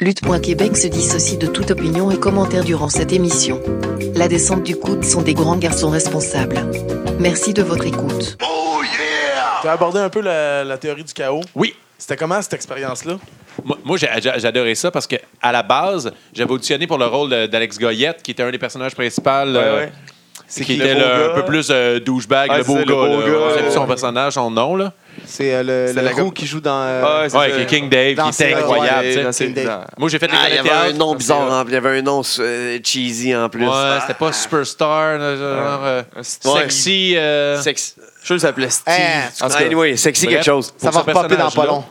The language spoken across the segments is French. Lutte.Québec se dissocie de toute opinion et commentaire durant cette émission. La descente du coude sont des grands garçons responsables. Merci de votre écoute. Tu as abordé un peu la, la théorie du chaos. Oui. C'était comment cette expérience-là? Moi, moi, j'ai- j'ai- j'adorais ça parce que à la base, j'avais auditionné pour le rôle de- d'Alex Goyette, qui était un des personnages principaux. euh, C'est qui qui, le était beau le- gars? un peu plus euh, douchebag, Ouais, le beau c'est gars. ça, le beau là. gars, On sait plus son ouais. personnage, son nom. Là. C'est euh, le, C'est le la roux groupe. qui joue dans. euh, Ouais, c'est Ouais, ça. qui est King Dave, Dans qui était Cyrano, incroyable. ouais, tu sais. dans c'est Cyrano. dans- Moi, j'ai fait Ah, l'école il y de avait théâtre. un nom bizarre, Ouais, en- il y avait un nom euh, cheesy en plus. c'était pas superstar, là, genre euh, Un sti- Ouais. sexy. euh, Sexy. Je suis sûr que ça s'appelait Steve. Hein. En tout cas, Ah, anyway, sexy Bref. quelque chose. Ça pour va ce repopper dans pas personnage-là. long.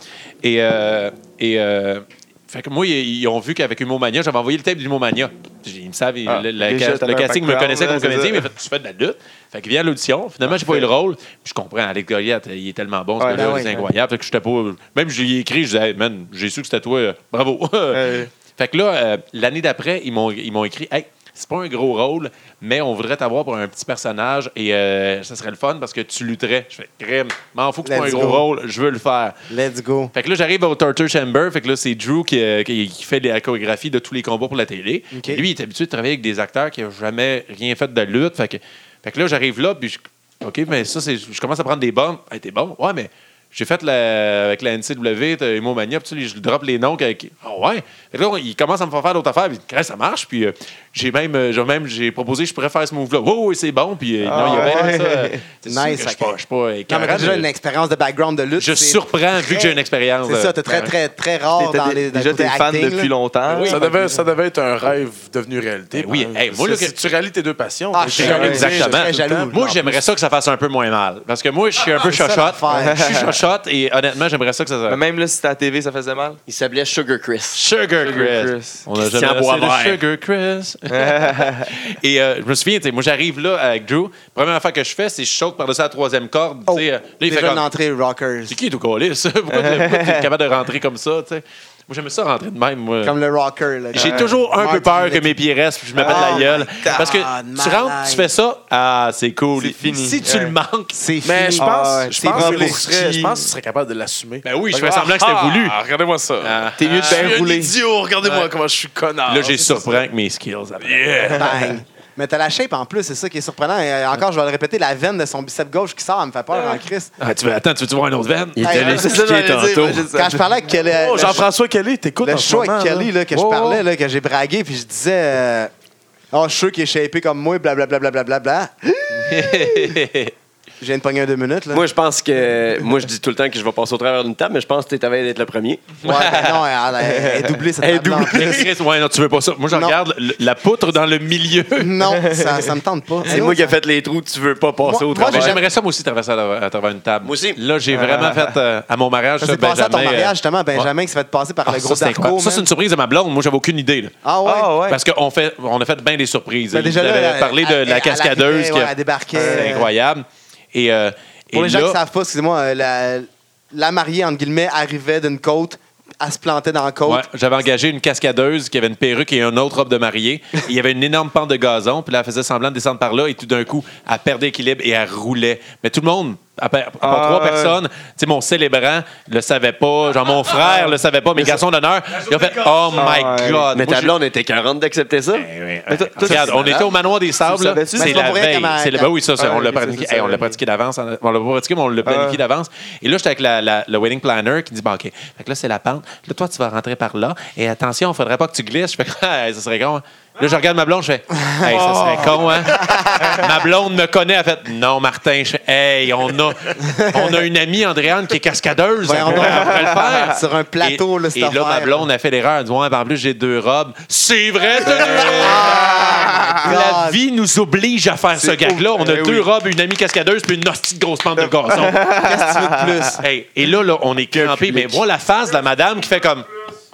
Et, euh, et euh, fait que moi, ils, ils ont vu qu'avec Humomania, j'avais envoyé le tape d'Humomania. Ils me savent, ils- Ah, le, la- déjà, le t'avais un casting me background, connaissait là, comme c'est comédien, ça. Ah, mais fait, tu fais de la lutte. Fait qu'il vient à l'audition. Finalement, j'ai pas eu le rôle. Puis je comprends, Alex Goliath, il est tellement bon, ce Ouais, gars-là, ben c'est oui. incroyable. Fait que j'étais pas. Même je lui ai écrit, je disais, Hey, man, j'ai su que c'était toi, euh, bravo. Ouais. Fait que là, euh, l'année d'après, ils m'ont, ils m'ont écrit Hey, c'est pas un gros rôle, mais on voudrait t'avoir pour un petit personnage et euh, ça serait le fun parce que tu lutterais. Je fais crème, m'en fous que c'est pas un Let's gros go. rôle, je veux le faire. Let's go. Fait que là, j'arrive au Torture Chamber. Fait que là, c'est Drew qui, euh, qui- qui fait la chorégraphie de tous les combats pour la télé. OK. Lui, il est habitué de travailler avec des acteurs qui n'ont jamais rien fait de lutte. Fait que, fait que là, j'arrive là, puis je, OK, mais ça, c'est, je commence à prendre des bombes. Hey, t'es bon? Ouais, mais j'ai fait la, avec la NCW, t'as Emo Mania, puis tu sais, je drop les noms. que- que- Ah ouais? Fait que là, il commence à me faire faire d'autres affaires, puis Christ, ça marche. Puis euh, j'ai même, euh, j'ai même j'ai proposé, je pourrais faire ce move-là. Oui, oui, c'est bon. Puis euh, non, il y a bien Ah ouais. ça. euh, c'est sûr que Nice, Je suis ok. pas, je suis pas Non, mais écœurant, t'as déjà mais une expérience de background de lutte. je c'est surprends vu très- que j'ai une expérience. C'est ça, t'es euh, très, très, très rare t'étais dans dé- les. dans déjà, le côté t'es fan acting, depuis là. longtemps. ça, devait, ça devait être un rêve devenu réalité. Ben oui, Hein. hey, moi, C'est- le- c'est- tu rallies tes deux passions. Ah, T'es je suis comédien, jaloux, exactement. je Je suis serais jaloux. Ah, Moi, j'aimerais ça que ça fasse un peu moins mal. Parce que moi, je suis un peu C'est ça, chochotte. l'affaire. Je suis chochotte et honnêtement, j'aimerais ça que ça. Mais même là, si t'es à la TV, ça faisait mal. Il s'appelait Sugar Chris. Sugar Sugar Chris. Chris. On a Christian jamais Boisvert. assez de Sugar Chris. et euh, je me souviens, tu sais, moi, j'arrive là avec Drew. Première fois que je fais, c'est je saute par-dessus la troisième corde. tu Oh, sais, euh, là, il fait déjà une comme. entrée Rockers. C'est qui, tout collé, ça? Pourquoi t'es pourquoi t'es capable de rentrer comme ça? tu sais? Moi, j'aimais ça rentrer de même. moi. Comme le Rocker. là. J'ai Euh, toujours un peu Martin peur que Luther- mes pieds restent puis je me pète Oh la gueule. my God, Parce que tu rentres, malade. tu fais ça, ah, c'est cool. C'est fini. Si tu le Ouais. manques, C'est fini. Mais je pense, Ah ouais, je, c'est pense que tu remboursé. serais, je pense que tu serais capable de l'assumer. ben oui, je Fait fais que, semblant que c'était ah, voulu. ah, Regardez-moi ça. Ah. T'es mieux de Je suis bien un rouler. idiot, regardez-moi comment je suis connard. Là, j'ai C'est ça, Ah, ben, surprends avec mes skills. Bang. Mais t'as la shape en plus, c'est ça qui est surprenant. Et euh, encore, je vais le répéter, la veine de son bicep gauche qui sort, elle me fait peur en Christ. Ah, tu veux, attends, tu veux voir une autre veine? Il Hey, était c'est ça, j'allais l'expliqué dire, tantôt. moi, je- Quand je parlais avec Kelly, c'est- Oh, le, Jean-François Ben, Kelly, t'écoutes. le en ce show avec moment, Kelly là, que je Oh, parlais, là, que j'ai bragué, puis je disais euh, Oh, je suis sûr qu'il est shapé comme moi, blablabla. Bla, bla, bla, bla, bla. Je viens de pogner un deux minutes. Là. Moi, je pense que. Moi, je dis tout le temps que je vais passer au travers d'une table, mais je pense que t'es à veille d'être le premier. Ouais, mais non, elle, elle- elle est doublée cette Elle est table-là, en Chris, Chris, ouais, non, tu veux pas ça. Moi, je Non. regarde le- la poutre dans le milieu. plus. Non, ça, ça me tente pas. C'est moi qui ai fait les trous, tu veux pas passer Moi- au moi, travers. j'ai jamais- J'aimerais ça, moi aussi, traverser à, la- à travers une table. Moi aussi. Là, j'ai vraiment fait euh, à mon mariage. Ça s'est Benjamin, passé à ton euh, mariage, justement, Benjamin, qui s'est fait passer par ah, le ça, gros c'est incroyable. d'Arco. Ça, c'est man. une surprise de ma blonde. Moi, j'avais aucune idée. là. Ah ouais? Ah ouais. Parce qu'on fait, on a fait bien des surprises. Ben, déjà Vous là, avez elle- parlé de elle- la elle cascadeuse. arrivait, qui a- ouais, elle débarquait. C'est incroyable. Et, euh, Pour et les gens qui là- ne savent pas, excusez-moi, euh, la, la mariée, entre guillemets, arrivait d'une côte, elle se plantait dans la côte. Ouais, j'avais engagé une cascadeuse qui avait une perruque et une autre robe de mariée. Et Il y avait une énorme pente de gazon, puis là, elle faisait semblant de descendre par là, et tout d'un coup, elle perdait l'équilibre et elle roulait. Mais tout le monde, à part, à part Ah, trois ouais. personnes, tu sais, mon célébrant le savait pas, genre Ah, mon frère le savait pas, mes garçons d'honneur, ils ont fait Oh my Ah, ouais. God! Moi, Mais ta j'ai- blonde était 40 d'accepter ça. Eh oui, Mais toi- eh, toi, regarde, tu- on était au manoir des sables. là. savais-tu? C'est Mais la pour vrai, veille. comme à- C'est le- ben oui, ça, ça, Ah, on l'a ok, ça, pratiqué. ça, eh, on ça, l'a ok. pratiqué d'avance. On l'a pas pratiqué, mais on l'a planifié d'avance. Et là, j'étais avec la, la- le wedding planner qui dit bon, OK, fait que là, c'est la pente. Là, toi, tu vas rentrer par là. Et attention, il faudrait pas que tu glisses. Je fais Ah, ça serait con. hein. Là, je regarde ma blonde, je fais Hey, ça serait con, hein? ma blonde me connaît, elle fait Non, Martin, je fais Hey, on a, on a une amie, Andréane, qui est cascadeuse. Voyons on donc. pourrait le faire. Sur un plateau, Et- là, cette Et là, ma affaire. blonde a fait l'erreur. Elle dit Ouais, ben, en plus, j'ai deux robes. C'est vrai, t'as deux Ah, la God. vie nous oblige à faire ce C'est gag-là. On a ouf. Eh deux oui. robes, une amie cascadeuse, puis une hostie de grosse pente de gazon. Qu'est-ce que tu veux de plus? Hey, et là, là, on est crampé. Mais moi, la face de la madame qui fait comme.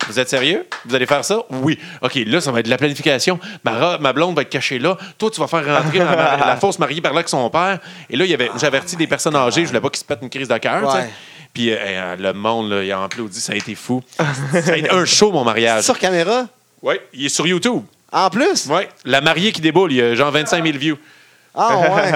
Vous êtes sérieux? Vous allez faire ça? Oui. OK, là, ça va être de la planification. Ma, ro- ma blonde va être cachée là. Toi, tu vas faire rentrer ma- ma- la fausse mariée par là avec son père. Et là, il y avait- j'ai averti des personnes âgées. Je voulais pas qu'ils se pètent une crise de cœur. tu sais. Ouais. Puis euh, euh, le monde, là, il a applaudi. Ça a été fou. ça a été un show, mon mariage. Ah. Sur caméra? Oui, il est sur YouTube. En plus? Oui. La mariée qui déboule, il y a genre 25 000 views. Ah ouais.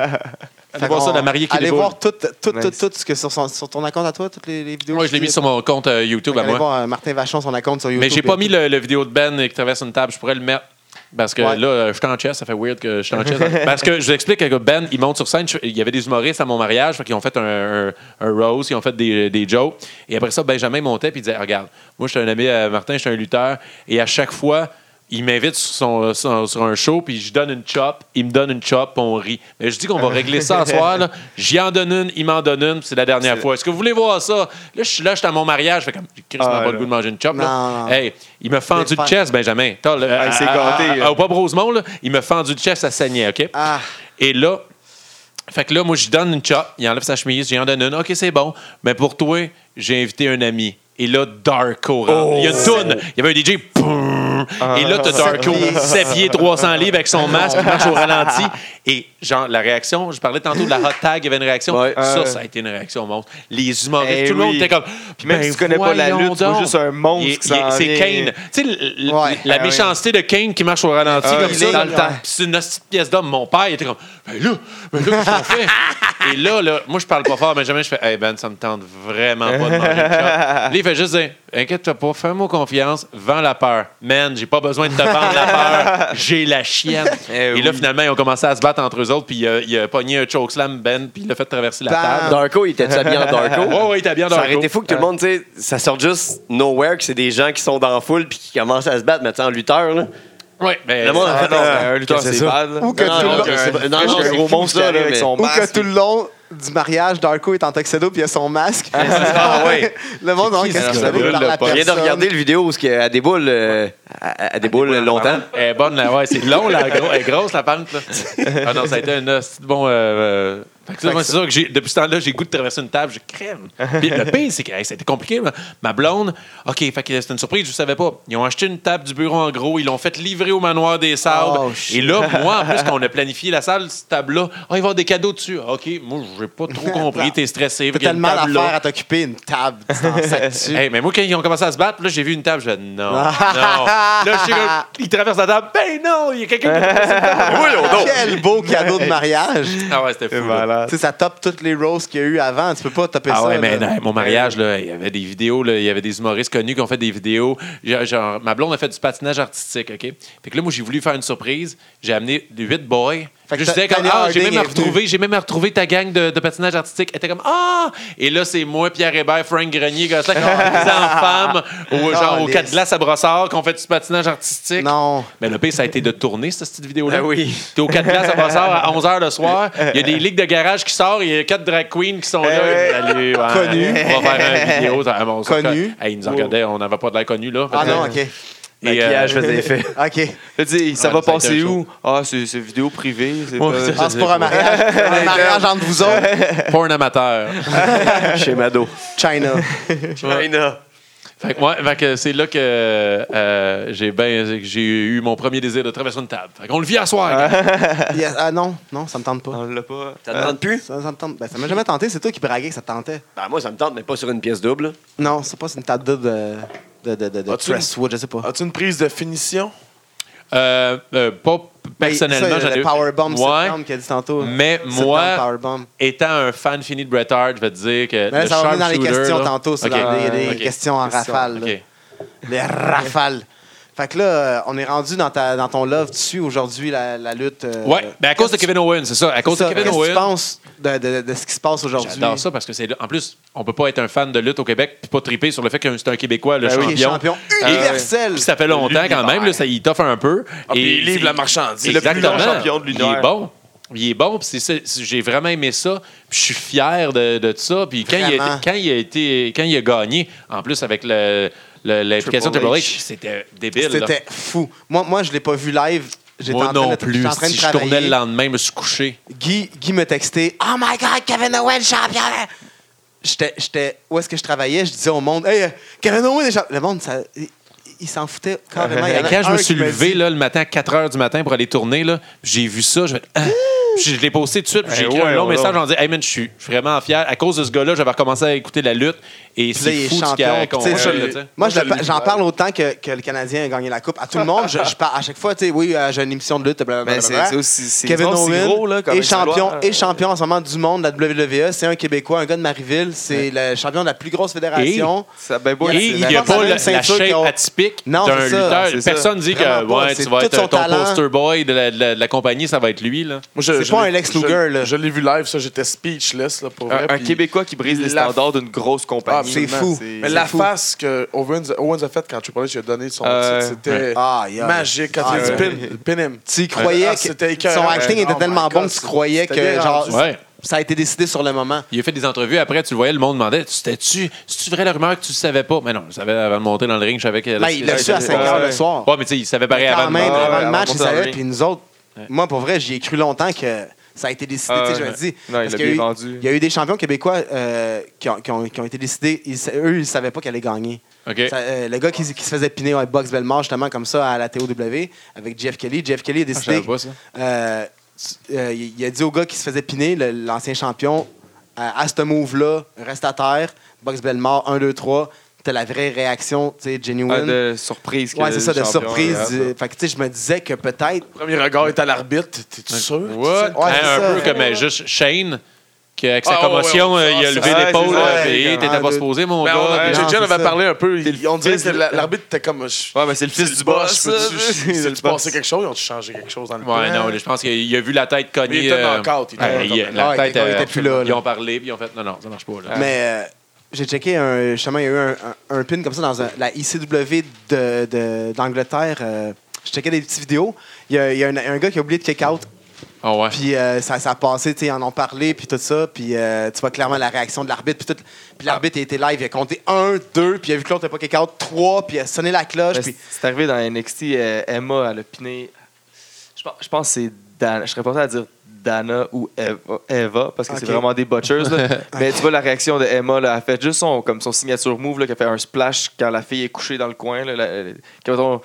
Allez voir ça, la mariée qui Allez déboule. voir tout, tout, tout, Nice. tout ce que sur, son- sur ton compte à toi, toutes les, les vidéos. Moi, je l'ai mis sur mon compte euh, YouTube à Allez moi. voir euh, Martin Vachon, son compte sur YouTube. Mais j'ai pas mis le, le vidéo de Ben qui traverse une table. Je pourrais le mettre. Parce que Ouais. là, euh, je suis en chess, ça fait weird que je suis en chess. Parce que je vous explique que Ben, il monte sur scène. je- il y avait des humoristes à mon mariage, qui ont fait un, un- un rose, ils ont fait des, des jokes. Et après ça, Benjamin montait puis il disait Regarde, moi, je suis un ami à Martin, je suis un lutteur. Et à chaque fois, il m'invite sur, son- sur- sur un show, puis je donne une chop, il me donne une chop, puis on rit. Mais je dis qu'on va régler ça à soir. là. J'y en donne une, il m'en donne une, puis c'est la dernière fois. Est-ce que vous voulez voir ça Là, je suis là, je suis à mon mariage. Fait comme, j'ai quasiment Ah, pas le là. goût de manger une chop. là. Non, non. Hey, il m'a fendu Des de fans. chest, Benjamin. T'as le- Ah, il s'est à- à- gâté, euh. à- là. Au Bob Rosemont, là, il m'a fendu de chest, ça saignait, OK? Ah. Et là, fait que là, moi, je donne une chop, il enlève sa chemise, j'y en donne une. OK, c'est bon. Mais pour toi, j'ai invité un ami. Et là, Darko rentre. il y a une Oh. toune. Il y avait un DJ. Poum. et là, t'as Ah. Darko, Sept pieds. 7 pieds, 300 livres avec son masque, il marche au ralenti. Et genre, la réaction, je parlais tantôt de la hot tag, il y avait une réaction. Ouais. ça, Euh. ça a été une réaction monstre. Les humoristes, Eh tout le monde oui. était comme. Puis même si tu connais pas la Ben, voyons lutte, tu vois donc. juste un monstre Il est- qui s'en il est- C'est vient. Kane. Tu sais, l- l- Ouais. la Ah oui. méchanceté de Kane qui marche au ralenti Ah, comme il ça est dans dans le le temps. temps. Puis c'est une hostie de pièce d'homme. Mon père, il était comme, ben là, ben là, qu'est-ce qu'on fait? Et là, là, moi, je parle pas fort, mais jamais je fais, hey Ben, ça me tente vraiment pas de manger une chope. Là, il fait juste dire, inquiète-toi pas, fais-moi confiance, vends la peur. Man, j'ai pas besoin de te vendre la peur, j'ai la chienne. Eh Et là, oui. finalement, ils ont commencé à se battre entre eux autres, puis il a, il a pogné un chokeslam, Ben, puis il l'a fait traverser la Bam! table. Ah, Darko, il était habillé en Darko. Ouais, ouais, il était bien Ça dans Euh, aurait été fou que tout le monde, tu sais, ça sort juste nowhere, que c'est des gens qui sont dans la foule puis qui commencent à se battre, mais tu sais, en lutteur, là. Ouais, ben, mais Le monde a Ah fait, non, euh, mais un lutteur, qu'est-ce que c'est c'est ça? bad. là. Ou que Non, tout non, le- qu'un- c'est pas- non, non, qu'un c'est gros fou, monstre, ça, là, là, avec mais- son Ou que masque. tout le long du mariage, Darko est en tuxedo puis il a son masque. Ah ouais. le monde demande qui, qu'est-ce ce que ça gars-là? veut par la Le- Je viens de personne. regarder le vidéo où ce que- elle déboule, euh, elle- elle déboule longtemps. Elle est bonne, là. Ouais, c'est long, là. Gros, elle est grosse, la pente, là. Ah non, ça a été un euh, c'est bon. euh, euh, fait que ça, moi, c'est sûr que j'ai- depuis ce temps-là, j'ai le goût de traverser une table, je crème. Puis le pire, c'est que hey, c'était compliqué. là. Ma blonde, OK, fait que c'était une surprise, je ne savais pas. Ils ont acheté une table du bureau en gros, ils l'ont fait livrer au manoir des sables. Oh, shit. et là, moi, en plus, quand on a planifié la salle, cette table-là, Ah, il va y avoir des cadeaux dessus. OK, moi, je n'ai pas trop compris, t'es stressé. T'as fait qu'il y a une tellement table d'affaires là. à t'occuper, une table, tu t'en sacs dessus. Hey, mais moi, quand ils ont commencé à se battre, là, j'ai vu une table, je dis non, non. Là, je suis comme, ils traversent la table, ben non, il y a quelqu'un qui traverse la table. Mais voyons donc. Ah, Quel beau cadeau de mariage! tu Ah ouais, c'était fou. là. Malade. sais, ça top toutes les roses qu'il y a eu avant. Tu peux pas taper Ah ça. ouais, mais là. Ben non, mon mariage, là, il y avait des vidéos, là, il y avait des humoristes connus qui ont fait des vidéos. Genre, genre, ma blonde a fait du patinage artistique, OK? Fait que là, moi, j'ai voulu faire une surprise. J'ai amené des huit boys. Fait que je disais Ta- comme, Tanya ah, j'ai Harding même, est venue. retrouvé, j'ai même retrouvé ta gang de, de patinage artistique. Elle était comme, ah! Et là, c'est moi, Pierre Hébert, Frank Grenier, Gosselin, qui en femme, au, genre, au Calisse. 4 glaces à brossard, qu'on fait du patinage artistique. Non. Mais le pire, ça a été de tourner, cette petite vidéo-là. Ah oui. T'es au 4 glaces à Brassard à 11h le soir. Il y a des ligues de garage qui sortent. Il y a 4 drag queens qui sont là. ouais. Allez, ouais, Eh Connu. On va faire une vidéo. Ah, bon, ça, Connu. Hey, ils nous en regardaient. On n'avait pas de l'air connu, là. Ah non, ok. Et, euh, Maquillage faisait effet. Ok. Je dis, ça Ouais, va ça a été passer un où? Ah, c'est c'est vidéo privée. C'est Ouais, pas- c'est- Ah, c'est pour un mariage. un mariage entre vous autres. pas un amateur. Chez Mado. China. China. Fait que, ouais, fait que c'est là que euh, j'ai ben, j'ai eu mon premier désir de traverser une table. Fait qu'on le vit à soir. gars. Yes, Ah non, non, ça me tente pas. On l'a pas. Ça te tente plus? Ça, ça me tente. Ben, ça m'a jamais tenté. C'est toi qui braguais que ça te tentait. Ben, moi, ça me tente, mais pas sur une pièce double. Non, c'est pas c'est une table de de de de, de As-tu une- Crestwood, je sais pas. As-tu une prise de finition? Ah, Euh, euh, pas personnellement, Ah. Mais ça, j'en ai le powerbomb, c'est Ouais. Tom qui a dit tantôt. Mais Sit down, moi, powerbomb. étant un fan fini de Bret Hart, je vais te dire Mais que. là, le ça va venir dans les sharpshooter, questions là- tantôt. C'est Ok. Ah, dans les, les Ok. questions en Questions. rafale. là. Ok. Les rafales. Fait que là, euh, on est rendu dans, ta, dans ton love dessus aujourd'hui, la, la lutte. euh, Ouais, ben à cause de Kevin Owens, c'est ça. À cause ça, de Kevin Qu'est-ce que tu Owens. penses de, de- de ce qui se passe aujourd'hui? J'adore ça parce que c'est. En plus, on peut pas être un fan de lutte au Québec puis pas triper sur le fait que c'est un Québécois, le Qui est champion. Ben Euh, champion Et- universel. Puis ça fait longtemps quand même, là, ça y toffe un peu. Ah, puis il livre c'est- la marchandise. le plus Exactement. grand champion de l'univers. Il est bon. Il est bon, puis c'est ça- c'est- j'ai vraiment aimé ça. Puis je suis fier de, de ça. Puis quand il, a Vraiment. été, quand, il a été, quand il a gagné, en plus avec le- le- l'implication de Triple Triple H. H, c'était débile. là. C'était fou. Moi, moi je l'ai pas vu live. J'étais Moi en train non de, plus. j'étais en train de si je tournais le travailler. lendemain, je me suis couché. Guy, Guy me textait « Oh my God, Kevin Owens, champion! » J'étais- J'étais... Où est-ce que je travaillais? Je disais au monde « Hey, euh, Kevin Owens est champion! » Le monde, ça... il- Il s'en foutait carrément. Il y en a Quand je un me suis qui m'a levé dit, là, le matin à 4 h du matin pour aller tourner, là, j'ai vu ça. Je me Ah! Puis je l'ai posté tout de suite. puis J'ai Eh écrit ouais, un long ouais, message ouais. en disant Hey man, je suis je suis vraiment fier. À cause de ce gars-là, j'avais recommencé à écouter la lutte. Puis Et là, c'est il est fou ce qu'il champion. a Puis, tu sais, accompli, je- là, tu sais. Moi, Moi, je je le pa- l'ai- j'en parle autant que, que le Canadien a gagné la Coupe. À tout le monde, je, je parle à chaque fois, tu sais, oui, euh, j'ai une émission de lutte, blablabla. Mais c'est c'est aussi. c'est- Kevin c'est Owens gros, là, comme Ah, est exploit. champion, est champion en ce moment du monde de la WWE. C'est un Québécois, un gars de Marieville. C'est le champion de la plus grosse fédération. Ça, ben, bon, Ouais, Et c'est il n'y la a pas même la, la ceinture qu'ils shape ont. atypique Non, d'un c'est ça, lutteur. c'est ça. Personne dit que Vraiment pas, ouais, c'est tu vas tout être son euh, ton talent. poster boy de la, de la- de la compagnie, ça va être lui. Là. Moi, je- C'est je pas l'ai- un Lex je- Luger, là. Je l'ai vu live, ça, j'étais speechless, là, pour vrai. Un, un puis- Québécois qui brise les la- standards d'une grosse Ah, compagnie. c'est fou. Mais C'est la fou. face que Owens, Owens a faite quand Triple H lui a donné son Euh, titre, c'était Ah, yeah. magique. Quand Ah, il a ouais. dit pin, pin him. Tu y croyais Ah, que c'était écœurant. son acting Ouais. était Oh tellement my bon God, que tu croyais c'était que genre, dérangeant. Ouais. ça a été décidé sur le moment. Il a fait des entrevues après, tu le voyais, le monde demandait C'était-tu c'était-tu vrai la rumeur que tu ne savais pas Mais non, je savais avant de monter dans le ring, je savais que. Mais Ben, il l'a su à 5 ouais. heures le soir. Ouais, mais tu sais, il savait pareil Quand avant de même, Ouais, avant ouais, le match, avant il de savait. ring. Puis nous autres, moi, pour vrai, j'y ai cru longtemps que ça a été décidé. Ah, tu sais, je ouais. me dis, Non, il parce l'a qu'il y bien a eu- vendu. Il y a eu des champions québécois euh, qui, ont, qui ont- qui ont été décidés. Ils sa- eux, ils ne savaient pas qu'ils allaient gagner. OK. Ça, euh, le gars qui, qui se faisait piner à Box Belmont, justement, comme ça, à la TOW, avec Jeff Kelly. Jeff Kelly a Ah, Je décidé. savais pas ça. euh, tu- euh, il il a dit au gars qui se faisait piner, le- l'ancien champion, euh, à ce move-là, reste à terre. Box Belmont, 1, 2, 3. T'as la vraie réaction, tu sais, genuine. Ah, de surprise. que Ouais, c'est le ça, de champion surprise. regarde. euh, fait que, tu sais, je me disais que peut-être. Le premier regard est à l'arbitre. T'es-tu sûr? Ben, What? Ouais, c'est un ça. peu comme euh, juste Shane, qui, avec sa Ah, ouais, commotion, ouais, ouais, euh, il a ça, levé ça, l'épaule. c'est ça, là, ouais, et quand- t'étais pas supposé, mon Ben, on- gars. non, JJ en c'est avait ça. parlé un peu. Il, il- on dirait fils que du- la- l'arbitre était comme. je- Ouais, mais c'est le fils du boss. peux-tu- ça, sais-tu c'est le passer boss. quelque chose? Ils ont changé quelque chose dans le Ouais, plan? non, je pense qu'il a vu la tête Mais cognée. il était euh, knock-out, il était ouais, knock-out. il- la Ouais, il tête, euh, était- il était plus là, là. Ils ont parlé, puis ils ont fait non, non, ça marche pas. Là. Mais euh, j'ai checké, un, justement, il y a eu un, un- un pin comme ça dans un- la ICW de- de- d'Angleterre. euh, je checkais des petites vidéos. Il y a, il y a un, un gars qui a oublié de kick-out. Ah ouais. Puis euh, ça, ça a passé, tu sais, ils en ont parlé, puis tout ça. Puis euh, tu vois clairement la réaction de l'arbitre. Puis tout- puis Ah. l'arbitre, il était live, il a compté 1, 2, puis il a vu que l'autre n'a pas kick-out, 3, puis il a sonné la cloche. Mais Puis C'est arrivé dans NXT, euh, Emma, elle a piné. Je pense, je pense que c'est Dana. Je serais porté à dire Dana ou Eva, Eva, parce que Ok. c'est vraiment des butchers. là. Mais tu vois la réaction de Emma, là, elle fait juste son, comme son signature move, là, qui a fait un splash quand la fille est couchée dans le coin. Là, la- la- qui, mettons,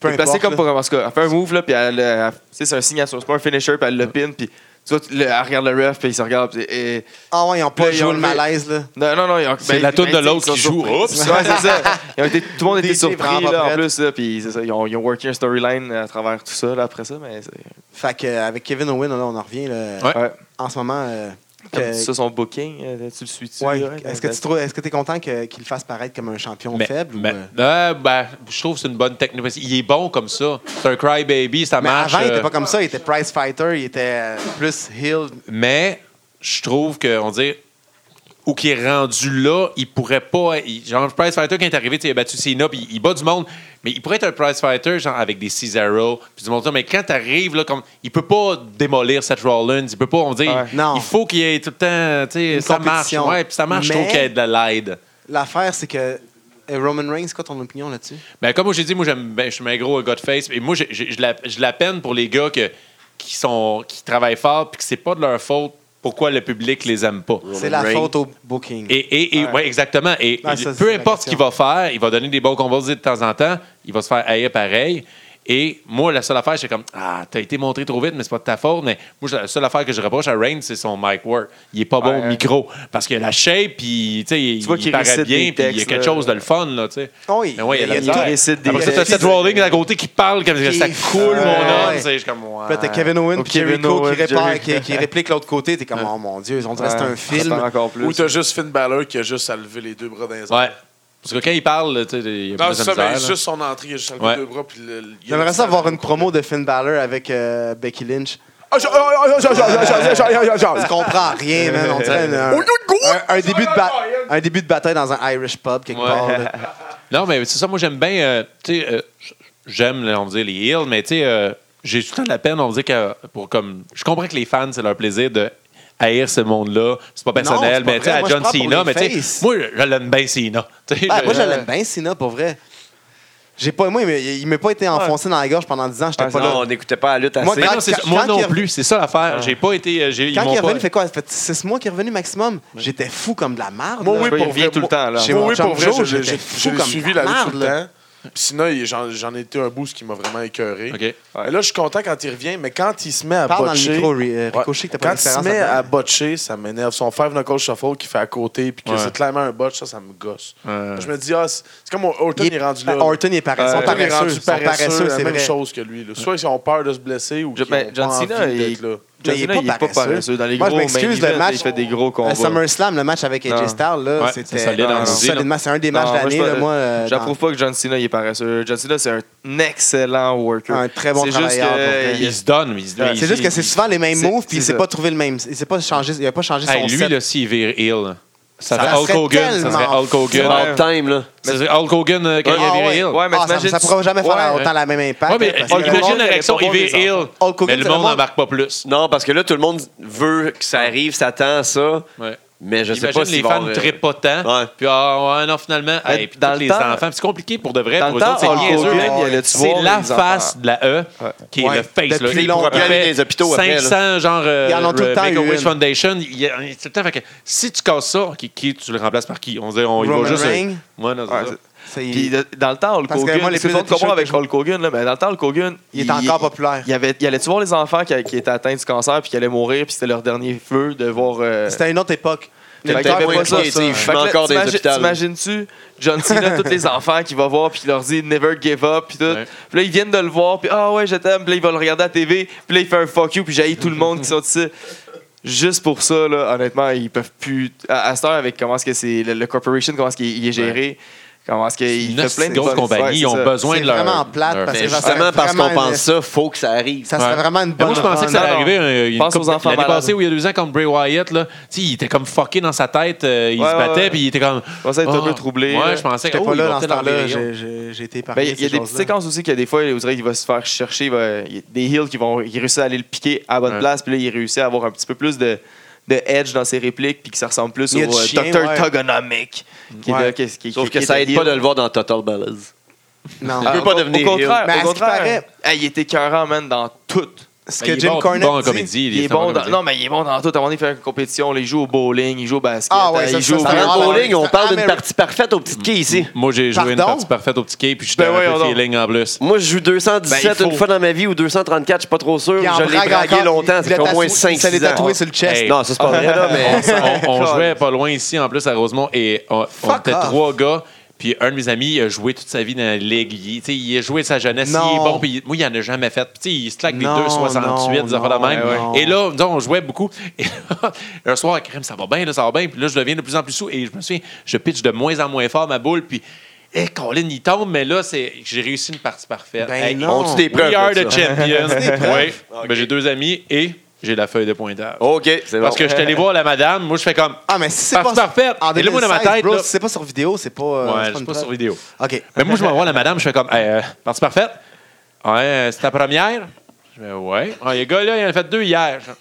Peu elle est placée importe, comme là. pour, en tout cas, elle fait un move, là, puis elle, euh, elle- tu sais, c'est un signature, c'est pas un finisher, puis elle le pin, puis tu vois, tu- là, elle regarde le ref, puis il se regarde, puis et- ah ouais, ils n'ont Là, pas ils joué ont le levé- malaise, là. non, non, non. ils ont- C'est ben, la toune de ben, l'autre ils sont qui joue. surpris. Oups! Ouais, c'est ça. Ils ont été- tout le monde était DJ surpris, vraiment là, en prête. plus. là, puis c'est ça, ils, ont, ils ont worké un storyline à travers tout ça, là, après ça. Mais c'est- Fait que, euh, avec Kevin Owen, là, on en revient. là. Ouais. ouais. En ce moment. euh, Comme que- ça, son booking, euh, tu le suis-tu? Ouais. là, Est-ce que tu trouves, est-ce que t'es content que- qu'il fasse paraître comme un champion Mais- faible mais- ou euh, Ah, ben, je trouve que c'est une bonne technique. parce qu'il est bon comme ça. C'est un crybaby, ça Mais marche. avant, il euh, était pas comme ça. Il était prize fighter, il était euh, plus heel. Mais je trouve que, on dit, ou qui est rendu là, il pourrait pas. il- genre, Price Fighter, quand il est arrivé, tu sais, il a battu Cena, puis il bat du monde. Mais il pourrait être un Price Fighter, genre, avec des Cesaro, puis du monde. comme ça. Mais quand t'arrives, là, comme. Il peut pas démolir Seth Rollins. Il peut pas, on dit. Ouais. Non. Il faut qu'il y ait tout le temps. Tu sais, Une ça marche. compétition. Ouais, puis ça marche, je Mais- trouve qu'il y a de la laide. L'affaire, c'est que euh, Roman Reigns, c'est quoi ton opinion là-dessus Ben, comme j'ai dit, moi, j'aime ben, je suis un gros gars de face. Et moi, j'ai- j'ai- je la, je la peine pour les gars que, qui, sont, qui travaillent fort puis que c'est pas de leur faute pourquoi le public les aime pas. C'est la Reigns. faute au booking. Et, et, et- Ouais. Ah, ouais, exactement. Et Ouais, ça, c'est peu la importe ce qu'il va faire, il va donner des bons combats de temps en temps, il va se faire haïr pareil. Et moi, la seule affaire, c'est comme Ah, t'as été montré trop vite, mais c'est pas de ta faute. Mais moi, la seule affaire que je reproche à Reign, c'est son mic work. Il est pas bon Ouais, au ouais. micro. Parce qu'il a la shape, puis tu sais, il, vois qu'il il paraît récite bien, des puis il y a textes, quelque là. chose de le fun, là, tu sais. Oh, il- Mais ouais, il y a il- la il- misère. il récite des- Après ça, t'as il- Seth Rollins à côté qui parle comme Qui ça est coule, fun. mon homme. Ouais. tu sais, Je suis comme Ouais. Puis là, t'as Kevin Owen Ou puis Kevin Jericho Owen, qui, répare- Jericho. qui, qui réplique l'autre côté. T'es comme, oh mon Dieu, on dirait que c'est un film. encore plus. Ou t'as juste Finn Balor qui a juste à lever les deux bras dans les airs. Ouais. Parce que quand il parle, tu sais, il y a Non, plus c'est de ça, misère, mais là. juste son entrée, il a juste à lever Ouais. les deux bras. Puis le- il y a J'aimerais le- ça avoir une promo de Finn Balor avec euh, Becky Lynch. Ah, je- ah, ah, ah, ah, ah, ah, ah, ah, ah, ah, ah, Tu ah. comprends rien, man. On dirait un, un- un- un début de ba- un début de bataille dans un Irish pub quelque Ouais. part. là. Non, mais c'est ça, moi j'aime bien, euh, tu sais, euh, j- j'aime, là, on va dire, les heels, mais tu sais, euh, j'ai tout le temps de la peine, on va dire, que pour comme. Je comprends que les fans, c'est leur plaisir de haïr ce monde-là. C'est pas personnel, c'est pas mais tu sais, vrai. à Moi, je John parle pour Cena, les mais tu faces. sais, moi, je je l'aime bien Cena. Tu sais, Ben, je- moi, je l'aime bien, Sina, pour vrai. J'ai pas, moi, il m'a- il m'a pas été enfoncé dans la gorge pendant 10 ans. J'étais Ouais, pas Non, là. on n'écoutait pas la lutte Ah, Moi, assez. Mais quand- non, c'est ça, quand- moi quand non il a- plus, c'est ça l'affaire. J'ai pas été. euh, j'ai- ils Quand m'ont il est pas- revenu, il fait quoi? Ça fait 6 mois qu'il est revenu maximum. J'étais fou comme de la merde. Moi, là. oui, Il pour revient vrai. tout le temps, là. Chez Moi, mon oui, chum pour vrai, Joe, je- je j'étais je- fou je l'ai comme suivi la la lutte marde, tout le là. temps. Puis sinon, il- j'en j'en ai été un boost qui m'a vraiment écœuré. OK. Et Là, je suis content quand il revient, mais quand il se met à Parle dans le botcher. micro, Ri- euh, Ouais. Ricochet, que t'as pas Quand il se d'expérience met là-dedans. à botcher, ça m'énerve. Son five knuckle shuffle qui fait à côté, puis que Ouais. c'est clairement un botch, ça, ça me gosse. Euh, Je me dis, ah, c'est c'est comme Orton Il est, est- rendu là. Euh, Orton est paresseux. Orton Son est paresseux, rendu son paresseux, la c'est même vrai. chose que lui. là. Soit ils ont peur de se blesser ou Je- qu'ils ben, ont John pas Cena, envie d'être il- là. Mais il est pas paresseux. Dans les Moi, je gros main m'excuse, le events, match- euh, il fait des gros Le combats. SummerSlam, le match avec AJ Non. Styles, là, Ouais, c'était c'est solide en non, maudit, solidement, c'est un des matchs de Non, moi, l'année. je- là, Moi, euh, J'approuve pas que John Cena il est paresseux. John Cena, c'est un excellent dans- worker. un très bon C'est juste travailleur. pour que vrai. il- Ben, Il se donne, mais il se donne. C'est juste que c'est souvent les mêmes c'est- moves, puis il c'est s'est ça. pas trouvé le même. Il s'est pas changé, il a pas changé son Hey, lui, set. là, s'il vire heel, ça, Ça serait Hulk serait Hogan. Ça serait tellement Hulk Hogan. fou. All time, là. Ça serait Hulk Hogan euh, quand Ah, il a viré heel. ouais, mais Ah, ça, t'imagines- ça pourra jamais faire Ouais. autant la même impact. Ouais, mais parce que- Hulk imagine Hogan, la réaction, il il avait vire pas des heel. Hulk Hogan, Mais le c'est monde le n'embarque pas plus. Non, parce que là, tout le monde veut que ça arrive, s'attend à ça. Ouais. Mais je sais Imagine pas euh, si les fans tripotants. Ouais. Puis, ah, ouais, non, finalement, Mais hey, puis dans tous le les temps- enfants. Puis C'est compliqué pour de vrai. Dans pour le eux temps, autres, c'est Hulk niaiseux, mais Hogan, il allait-tu voir C'est la les enfants? face de la E qui est Ouais. le face. là. Depuis Il pourrait longtemps. faire Il y a eu des hôpitaux après, là. 500, genre, euh, Ils en ont tout le euh, temps eu Make-A-Wish une. Foundation. il y a- il y a tout le temps, fait que si tu casses ça, qui, qui- tu le remplaces par qui? On se dit, on y Roman va juste... euh, Reigns. Ouais, non, c'est Ouais, ça. c'est- c'est- Puis de- dans le temps, Hulk Parce que Hogan, moi, les c'est plus pas de de comprendre t-shirts avec Hulk Hogan, là, mais dans le temps, Hulk Hogan. Il est encore populaire. Il, avait, il allait-tu voir les enfants qui, qui étaient atteints du cancer puis qui allaient mourir, puis c'était leur dernier feu de voir. euh, C'était une autre époque. Fait que Fait que t'avais t'avais pas pas ça, inquiété, ça. il Fait fumait que là, encore des t'imagines- hôpitaux. T'imagines-tu John Cena, tous les enfants qui va voir, puis il leur dit never give up, puis tout. Ouais. Puis là, ils viennent de le voir, puis ah ouais, je t'aime, puis là, il va le regarder à la TV, puis là, il fait un fuck you, puis j'haïs tout le monde qui sont ici. Juste pour ça, là, honnêtement, ils peuvent plus. À, à cette heure, avec comment est-ce que c'est. Le, le corporation, comment est-ce qu'il il est géré, comment est-ce qu'il fait plein Neuf de grosses bonnes- Ouais, compagnies c'est ils ont ça. besoin C'est de leur... vraiment plate leur- parce Mais que ça justement, serait parce qu'on vraiment- pense ça, faut que ça arrive. Ça serait Ouais. vraiment une Mais bonne moi, je pensais que ça allait Non, non. arriver euh, une Pense couple- aux enfants l'année malades. passée ou il y a deux ans contre Bray Wyatt. Là, Tu sais, il était comme fucké dans sa tête. euh, il Ouais, se ouais, battait ouais. puis il était comme. Je pensais être un Ah. peu troublé. là. Ouais, je pensais que. J'étais oh, pas il là va dans ce peut-être temps-là. enlever les j'ai- j'ai- J'ai été Ben, épargné. Il y a ces des petites choses-là. séquences aussi que des fois, on dirait qu'il va se faire chercher, il va- il y a des heels qui vont il réussit à aller le piquer à la bonne Ouais. place, puis là, il réussit à avoir un petit peu plus de, de edge dans ses répliques, puis que ça ressemble plus au Il y a du euh, chien, Dr. ouais. Togonomic. Qui est Ouais. là, qui- qui- Sauf qui- que qui ça est aide un pas heel. de le voir dans Total Balance. Non. Ah, peut pas devenir Au contraire, heel. Mais à au ce qui contraire, paraît- hey, il était écœurant, man, dans tout. Ce Mais il que est Jim bon- Cornette bon en dit- comédie, Il, est extrêmement bon dans, comédien. non, mais il est bon dans tout. À un moment donné, il fait une compétition, là, il joue au bowling, il joue au basket, Ah ouais, hein, ça, il ça, joue au ça, Parlant Ah, de bowling, ben, on parle d'une Ameri- partie parfaite au petit quai ici. Moi, j'ai joué une Pardon? partie parfaite au petit quai, puis j'étais Ben un voyons peu donc. feeling en plus. Moi, je joue 217 Ben, il faut. une fois dans ma vie ou 234, je suis pas trop sûr. Puis en Je l'ai brague bragué encore, longtemps, il c'est l'a au moins tatoué- 5 Ça l'est tatoué sur le chest. Hey. Non, ça, c'est pas vrai, là, mais. on, on jouait pas loin ici, en plus, à Rosemont, et on, on Fuck était off. trois gars. Puis un de mes amis, il a joué toute sa vie dans la ligue. Il, tu sais, il a joué de sa jeunesse. Non. Il est bon. Puis il- moi, il en a jamais fait. Puis tu sais, il se claque des Non, 2,68, des non, affaires de même. ouais, ouais. Et là, nous autres, on jouait beaucoup. Et là, un soir, crème, ça va bien, là, ça va bien. Puis là, je deviens de plus en plus sous. Et je me souviens, je pitch de moins en moins fort ma boule. Puis, hé, Colin, il tombe. Mais là, c'est- j'ai réussi une partie parfaite. Ben Hey, non. On tue des preuves. We are de the ça. champions. oui. Ok. Ben, j'ai deux amis et j'ai la feuille de pointage. OK, c'est bon. Parce que je suis allé voir la madame. Moi, je fais comme. Ah, mais si c'est pas. Partie parfaite. En Et là, moi, dans ma 2016, tête, bro, là- si c'est pas sur vidéo, c'est pas. euh, Ouais, c'est c'est une pas preuve. sur vidéo. OK. Mais moi, je m'envoie à la madame, je fais comme, hey, euh, partie parfaite? Ouais, euh, c'est ta première? Je fais, ouais. Ah, les gars, là, il en a fait deux hier. Je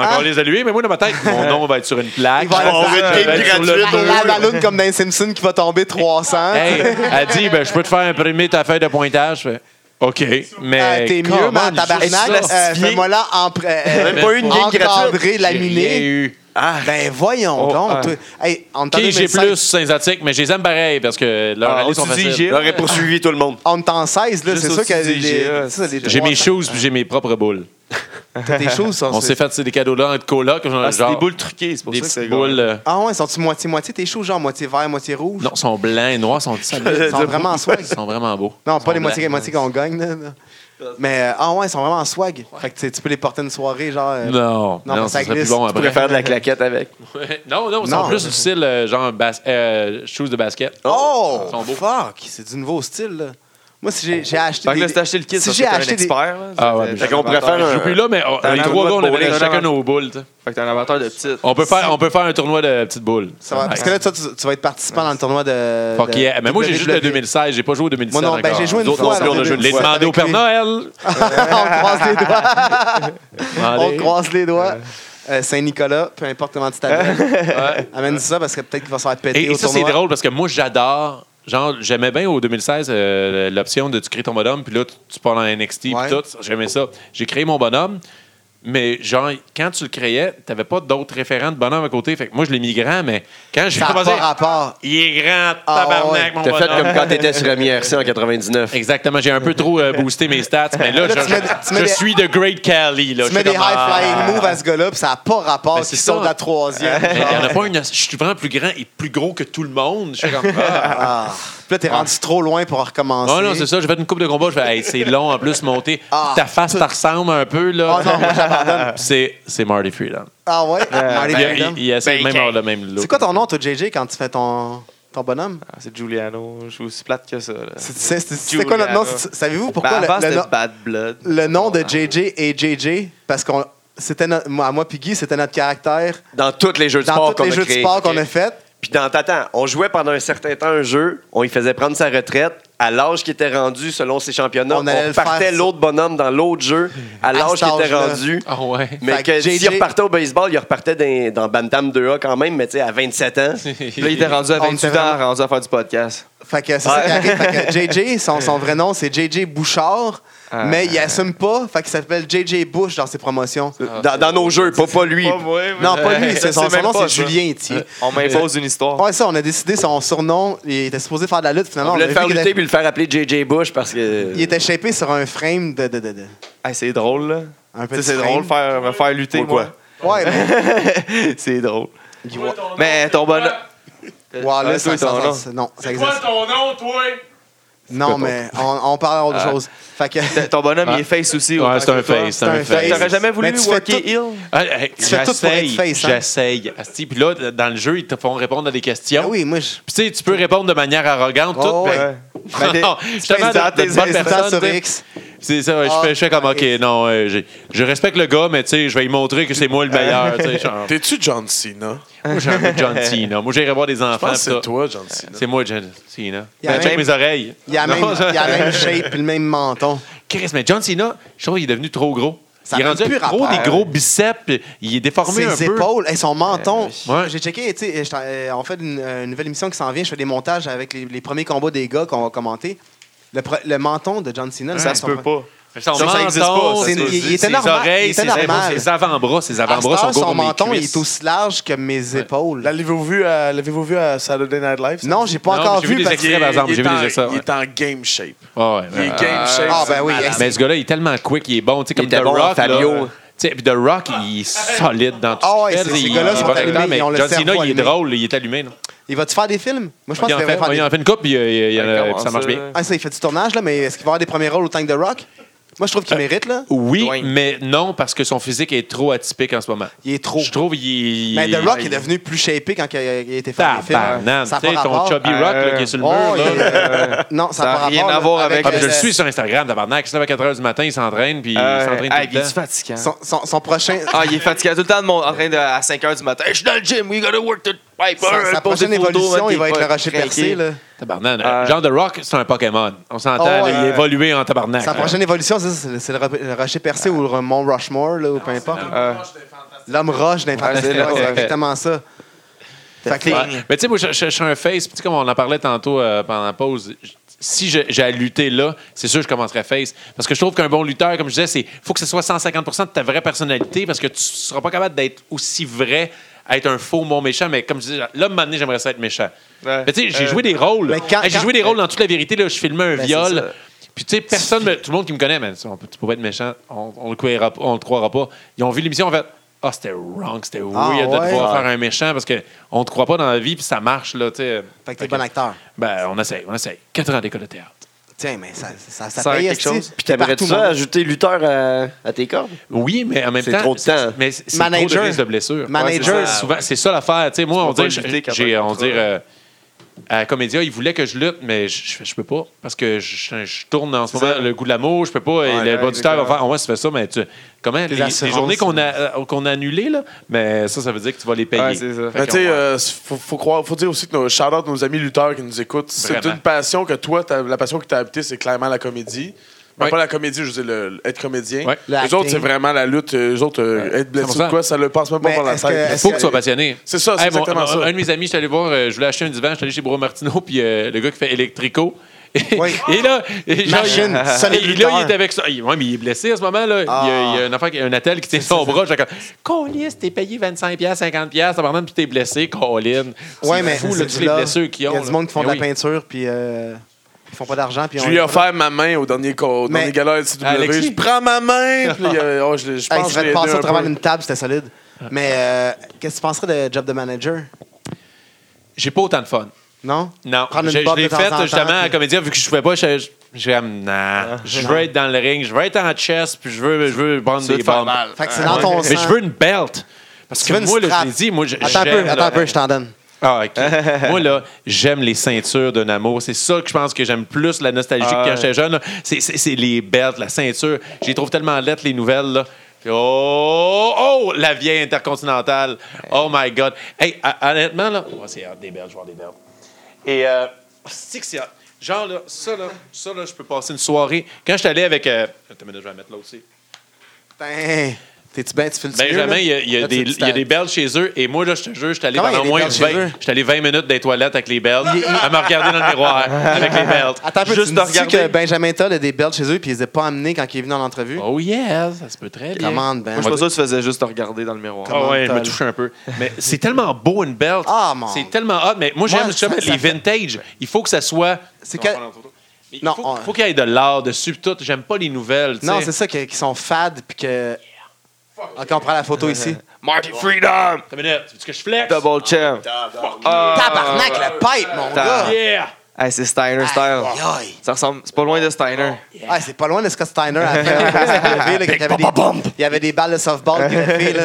vais encore les allumer, mais moi, dans ma tête, mon nom va être sur une Il plaque. va Mon aller nom faire va être sur le Ah, La, dos. la balloune comme dans Simpson qui va tomber 300. Hey, elle dit, ben, je peux te faire imprimer ta feuille de pointage. Je fais, OK, mais. Euh, T'es mieux, comment mais en juste tabarnak. ça? euh, Fais-moi là en. même pas eu une ligne gratuite. Encadré, J'ai rien laminé. eu. Ah, Ben voyons Oh, donc. ah. toi. Hey, en OK, temps j'ai 2016, plus synthétique, mais je les aime pareil parce que leurs Ah, allées on sont se dit, faciles. j'ai- j'aurais poursuivi tout le monde. En temps 16, là, Juste c'est sûr au-dessus que du IGA, les- ça, les J'ai mes 300, shoes puis j'ai mes propres boules. Tes choses sont. On s'est fait c'est des cadeaux-là entre colocs. Ah, c'est genre, des boules truquées, c'est pour des ça que petites c'est boules. euh, Ah ouais, sont-tu moitié-moitié tes shows, genre moitié vert, moitié rouge? Non, ils sont blancs et noirs, sont Ils ils sont vraiment en swag. Ils sont vraiment beaux. Non, Ils pas sont les moitiés blancs. moitiés qu'on gagne. là, non. Mais euh, ah ouais, ils sont vraiment en swag. Fait que tu sais, tu peux les porter une soirée, genre. euh, Non, Non, non, mais ça ça serait plus glisse. bon Je pourrais après. faire de la claquette avec. Non, non, ils sont Non. plus du style euh, genre bas- euh, shoes de basket. Oh! Ils sont beaux. Fuck! C'est du nouveau style, là. Moi, si j'ai- j'ai acheté. Fait que là, des- c'est acheter le kit, Si ça, j'ai c'est un acheté des- ben, expert. là. Euh, Ah ouais, C'est- mais- c'est un Fait qu'on pourrait amateur. faire Je un- joue plus là, mais on- T'en les as trois un gars, on bowling, avait t'en as chacun un- nos boules. tu sais. Fait que t'es un amateur de petites. On peut faire, on peut faire un tournoi de petites boules. Ça va, parce que là, toi, tu, tu vas être participant dans le tournoi de. Fuck de- E. yeah. Mais moi, j'ai juste WWE. le 2016. J'ai pas joué au 2017 Moi non, ben, encore. j'ai joué une Nous autres, fois on- dans on a joué- Les 2017 demander au avec Père lui. Noël. on croise les doigts. Demandez. on croise les doigts. Euh, Saint-Nicolas, peu importe comment tu t'appelles. Amène ça parce que peut-être qu'il va se faire péter Et, et au ça, c'est tournoi. drôle parce que moi, j'adore. Genre, j'aimais bien au 2016 euh, l'option de tu crées ton bonhomme, puis là, tu, tu pars dans NXT, puis Ouais. tout. J'aimais ça. J'ai créé mon bonhomme, Mais genre, quand tu le créais, t'avais pas d'autres référents de bonhomme à côté. Fait que moi, je l'ai mis grand, mais quand j'ai Ça n'a commencé. pas rapport. Il est grand, Ah, tabarnak, mon T'as fait bonhomme. comme quand t'étais sur MIRC en 99. Exactement, j'ai un peu trop euh, boosté mes stats, mais là, Là, je, tu mets des- tu mets je des- suis de Great Cali. Là. Tu mets des ah. high-flying moves à ce gars-là, puis ça n'a pas rapport euh, Ben, qu'ils c'est sont ça. de la troisième. Il genre. n'y en a pas une. Je suis vraiment plus grand et plus gros que tout le monde. Je suis comme. Ah, Ah. Puis là, t'es rendu trop loin pour recommencer. Ah non, c'est ça, j'ai fait une coupe de combat, je fais, Hey, c'est long en plus, monter. Ah. Ta face, ça ressemble un peu, là. Ah non, moi, j'abandonne. c'est, c'est Marty Freedom. Ah ouais? Allez, Il, viens, il, viens. il essaie Ben, même ok. avoir le même look. C'est quoi ton nom, toi, JJ, quand tu fais ton, ton bonhomme? Ah, c'est Giuliano. Je suis aussi plate que ça. Là. C'est- c'est- C'est c'est quoi notre nom? Giuliano. C'est- Savez-vous Ben, pourquoi le- avant, le, c'était nom, Bad Blood. le nom de Ah. JJ est JJ? Parce qu'on c'était no- moi, moi puis Guy, c'était notre caractère Dans tous les jeux de dans sport tous qu'on les a jeux de créés. sport qu'on a fait. Puis dans t'attends, on jouait pendant un certain temps un jeu, on y faisait prendre sa retraite. À l'âge qui était rendu selon ses championnats, On on, allait le partait faire, ça. l'autre bonhomme dans l'autre jeu à l'âge cet qui était âge-là. rendu. Ah ouais. Mais Fait que que JJ s'il repartait au baseball, il repartait dans, dans Bantam 2A quand même, mais tu sais, à 27 ans. Puis Là, il était rendu à On 28 était ans, vraiment- rendu à faire du podcast. Fait que c'est ça qui arrive. Fait que JJ, son, son vrai nom, c'est JJ Bouchard, Ah. mais il assume pas. Fait qu'il s'appelle JJ Bush dans ses promotions. Ah, Dans, dans nos jeux, pas, pas lui. Non, pas lui. c'est- Son, son nom, c'est Julien Etier. On m'impose une histoire. Ouais, ça, on a décidé son surnom. Il était supposé faire de la lutte, finalement. On a voulait vu le faire qu'il lutter était- puis le faire appeler JJ Bush parce que. Il était shapé sur un frame de. de, de, de- Ah, c'est drôle, là. un Tu sais, petit C'est frame. drôle faire, me faire lutter. Pourquoi? moi. Ouais, mais. c'est drôle. Il voit- Mais ton bonhomme. Wallace, Ouais, toi, ça- ça- ton nom. ça- non, ça C'est quoi existe. ton nom, toi? Non, mais on, on parle d'autre Ah. chose. Fait que. T- Ton bonhomme, il est face aussi. Ah. Ouais, autant c'est un que toi. face, c'est C'est un un face. face. T'aurais jamais voulu Mais tu fais walker tout- Hill? Ah, hey, Tu fais tout pour être J'essaye, face, hein? j'essaye. Asti, Puis là, dans le jeu, ils te font répondre à des questions. Ah oui, moi, je. Puis tu sais, tu peux répondre de manière arrogante, Oh, tout. ouais. mais- Ben, des- Non, justement, fais d'être des une bonne Hésitant personne. sur tu sais. X. C'est ça, ouais, je Ah, fais, je fais comme, OK, ok. non, euh, j'ai- je respecte le gars, mais tu sais, je vais lui montrer que c'est moi le meilleur. tu sais, Ah. genre. T'es-tu John Cena? Moi, j'ai un peu John Cena. Moi, j'irai voir des Je enfants. pense pis que c'est ça. toi, John Cena. C'est moi, John Cena. Il y a Ben, check même- mes oreilles. Il a, la Non, même, ça- il a la même shape et le même menton. Chris, mais John Cena, je trouve qu'il est devenu trop gros. Ça il est a rendu plus gros, rapport. des gros biceps. pis Il est déformé un Ses peu. épaules et son menton. Ouais. J'ai checké, tu sais, je t'en- euh, on fait une, euh, une nouvelle émission qui s'en vient. Je fais des montages avec les, les premiers combats des gars qu'on va commenter. Le, pre- le menton de John Cena, le Ça menton- se peut pas. Son Ça, ça existe pas, ça, ses- c'est- il- il était ses normal, il oreilles, était ses, normal. épaules, ses avant-bras, ses À cette avant-bras heure, sont gros son comme mes menton il cuisses. est aussi large que mes épaules. L'avez-vous vu, à- l'avez-vous vu à Saturday Night Live? ça? Non, j'ai pas Non, encore mais j'ai vu vu. des parce- extraits. Très, par exemple, il j'ai est vu en- des extraits, Il est en game shape. Ah ouais, Il est ben, game shape. Ah, c'est ben oui, malade. Mais ce gars-là, il est tellement quick, il est bon. Tu sais, Il comme était The bon, Rock. Fabio. là. Tu sais, puis The Rock, il est solide dans tout Ah ce ouais, qu'il fait, ces- ces il- gars-là il est sont bon allumés, là-dedans, mais ils ont le John Cena, cerveau il est allumé. drôle, il est allumé. là. Il va-tu faire des films? Moi, je pense Il en qu'il devrait fait faire il des en fait une coupe, puis euh, il euh, y en a- puis ça marche bien. Ah, ça, il fait du tournage, là, mais est-ce qu'il va avoir des premiers rôles autant que The Rock? Moi, je trouve qu'il mérite, là. Oui, Dwayne. mais non, parce que son physique est trop atypique en ce moment. Il est trop. Je trouve il Mais Ben, The Rock est devenu plus shapé quand il a il a été fait des films. hein. Tabarnane, tu Ça a sais, pas ton rapport. chubby Euh, rock là, qui est sur le Oh, mur. il là. est- Non, ça Ça n'a a pas rien rapport, à voir là, avec- Ah, mais je euh, le suis sur Instagram, tabarnak. Il se lève à 4 h du matin, il s'entraîne, puis il Euh, s'entraîne ah, tout il le est temps. fatigant. Son, son- son prochain. Ah, il est fatigué tout le temps de mon, en train de, à 5 h du matin. Je suis dans le gym, we gotta work the pipe. Sa, sa prochaine évolution, il va être le rocher percé. Là. Tabarnak. Euh. Genre The Rock, c'est un Pokémon. On s'entend, Oh, là, il ouais. évolue en tabarnak. Euh, Sa prochaine évolution, c'est ça, c'est le, c'est le ro- le rocher percé ou le mont Rushmore, là, ou peu importe. euh, L'homme roche d'infanterie, Ouais, c'est ouais, le- c'est exactement ça. Fait que- Ouais. Mais tu sais, moi, je, je- je suis un face. Puis tu sais, comme on en parlait tantôt euh, pendant la pause, je- si je- j'ai à lutter là, c'est sûr que je commencerais face. Parce que je trouve qu'un bon lutteur, comme je disais, c'est faut que ce soit 150 de ta vraie personnalité parce que tu seras pas capable d'être aussi vrai à être un faux mon méchant. Mais comme je disais, là, maintenant, j'aimerais ça être méchant. Ouais. Mais tu sais, j'ai Euh, joué des rôles. mais quand- Hey, j'ai quand- joué des rôles dans toute la vérité. Là, je filmais un Ben, c'est ça. viol. Puis tu sais, personne, me- tout le monde qui me connaît, mais on peut- tu pouvais être méchant, on, on le croira, on le croira pas. Ils ont vu l'émission, en fait, ah, c'était wrong, c'était Ah, weird de ouais? devoir Ah. faire un méchant parce qu'on te croit pas dans la vie, puis ça marche, là, tu sais. Fait que t'es Ok. bon acteur. Ben, on essaye, on essaye. Quatre ans d'école de théâtre. Tiens, mais ça, ça, ça, Ça a paye, quelque esti. chose. Puis t'aimerais-tu Partout, ça mon- ajouter lutteur à, à tes cordes? Oui, mais en même C'est temps. trop de temps. Mais c'est c'est Manager. trop de risques de blessure. Manager. c'est ça. Souvent, c'est ça l'affaire. Tu sais, moi, Tu on peux pas dirait, j'ai- lutter quand j'ai- t'as un on contrat. dirait, euh, à Comédia, ils voulaient que je lutte, mais je, je- je peux pas. Parce que je, je- je tourne en ce moment le goût de l'amour, je peux pas. et le ouais, producteur va exactement. faire, ouais, tu fais ça, mais tu. Comment? Les, les assurances, journées qu'on a, euh, qu'on a annulées, là, mais ça, ça veut dire que tu vas les payer. Ouais, c'est ça. Fait Mais qu'on- tu sais, euh, faut, faut croire, faut dire aussi que nos shout-out nos amis lutteurs qui nous écoutent, c'est Vraiment. une passion que toi, t'as- la passion que tu as habitée, c'est clairement la comédie. Mais Ouais. Pas la comédie, je veux dire, le- le- être comédien. Ouais. Le Les acting. autres, c'est vraiment la lutte. Les autres, euh, être blessé 100%. ou quoi, ça le passe même pas Mais par la est-ce que- tête. est-ce faut que tu sois passionné. C'est ça, c'est mon- exactement mon- ça. Un de mes amis, je suis allé voir, euh, je voulais acheter un divan, je suis allé chez Bro Martineau, puis euh, le gars qui fait électrico, Oui. et là, et genre, Machine, il- solide et là, il lutteur. est avec ça. Il- ouais, mais il est blessé à ce moment-là. Ah. Il, y a, il y a une affaire qui- un attel qui tient son bras. J'étais comme, Colis, t'es payé 25$, 50$, t'as pendant puis t'es blessé, Colin. Ouais, mais c'est fou, c'est là, du toutes les là. blessures qu'ils ont. Il y a du monde qui font de la peine. peinture, puis euh, ils font pas d'argent. puis Je on- lui ai offert ma main au dernier, co- au Mais- dernier gala LCW. Alexis. Je prends ma main. Puis, euh, oh, je, je Hey, pense il que se je l'ai fait passer aidé au un travers peu. d'une table, c'était solide. Mais euh, qu'est-ce que tu penserais de job de manager? J'ai pas autant de fun. Non? Non, Prendre une je, je botte l'ai de temps fait en temps, justement à puis- Ah, comédien, vu que je pouvais pas, je- je- j'ai comme, nah, je veux être dans le ring, je veux être en chess, puis je veux, je veux prendre veux des te faire bombes. mal. Fait que c'est dans ton Mais sang. je veux une belt. Parce Tu que veux une moi, là, strap. je l'ai dit, moi, je- Attends un j'aime, peu, là- attends un peu, je t'en donne. Ah, OK. Moi, là, j'aime les ceintures d'un amour. C'est ça que je pense que j'aime plus, la nostalgie que Ah ouais. quand j'étais jeune. là. C'est- C'est c'est les belts, la ceinture. J'y trouve tellement lettres, les nouvelles, là. Puis, Oh, oh, la vieille intercontinentale. Oh my God. Hey, hon- honnêtement, là, oh, c'est hâte des belts, je vais avoir des belts. Et, euh, c'est que c'est hâte. Genre, là, ça, là, ça, là, je peux passer une soirée. Quand je suis allé avec. euh, Attends, mais là, je vais la mettre là aussi. Putain, T'es-tu bien? Tu fais le Ben. Benjamin, Ben, il y a, il y a Là, tu- des, tu il y a des belges chez eux. Et moi, là, je te jure, je suis allé Comment il y a pendant des moins belges chez 20, eux? j'étais allé 20 minutes dans les toilettes avec les belges, à me regarder dans le miroir avec les belges. Attends un peu, Juste tu de me dis regarder. que Ben- Benjamin Toll a des belts chez eux, puis il les a pas amenés quand il est venu en entrevue. Oh yeah, ça se peut très bien. Commande, Ben. Moi, je Moi, pense que tu faisais juste te regarder dans le miroir. Ah ouais, je me Mental. touche un peu. Mais c'est tellement beau une belt. Ah, mon- C'est tellement hot. Mais moi, j'aime Moi, j'aime ça- ça- les vintage. Il faut que ça soit. C'est On que- va prendre en photo. Mais Il Non, faut, on- faut qu'il y ait de l'art dessus. pis Tout. J'aime pas les nouvelles. tu Non, sais. c'est ça, que- qu'ils sont fades, puis que. Ok, on prend la photo ici. Marty Freedom! Attends une minute. Tu veux que je flex? Double champ. Tabarnak, le pipe, mon gars! Ah. Yeah! Hey, c'est Steiner style. Aïe, aïe. Ça ressemble, c'est pas loin de Steiner. Ah, c'est pas loin de Scott Steiner. Après, en plus, avec le V, là, quand il, y avait des, il y avait des balles de softball greffées. Là.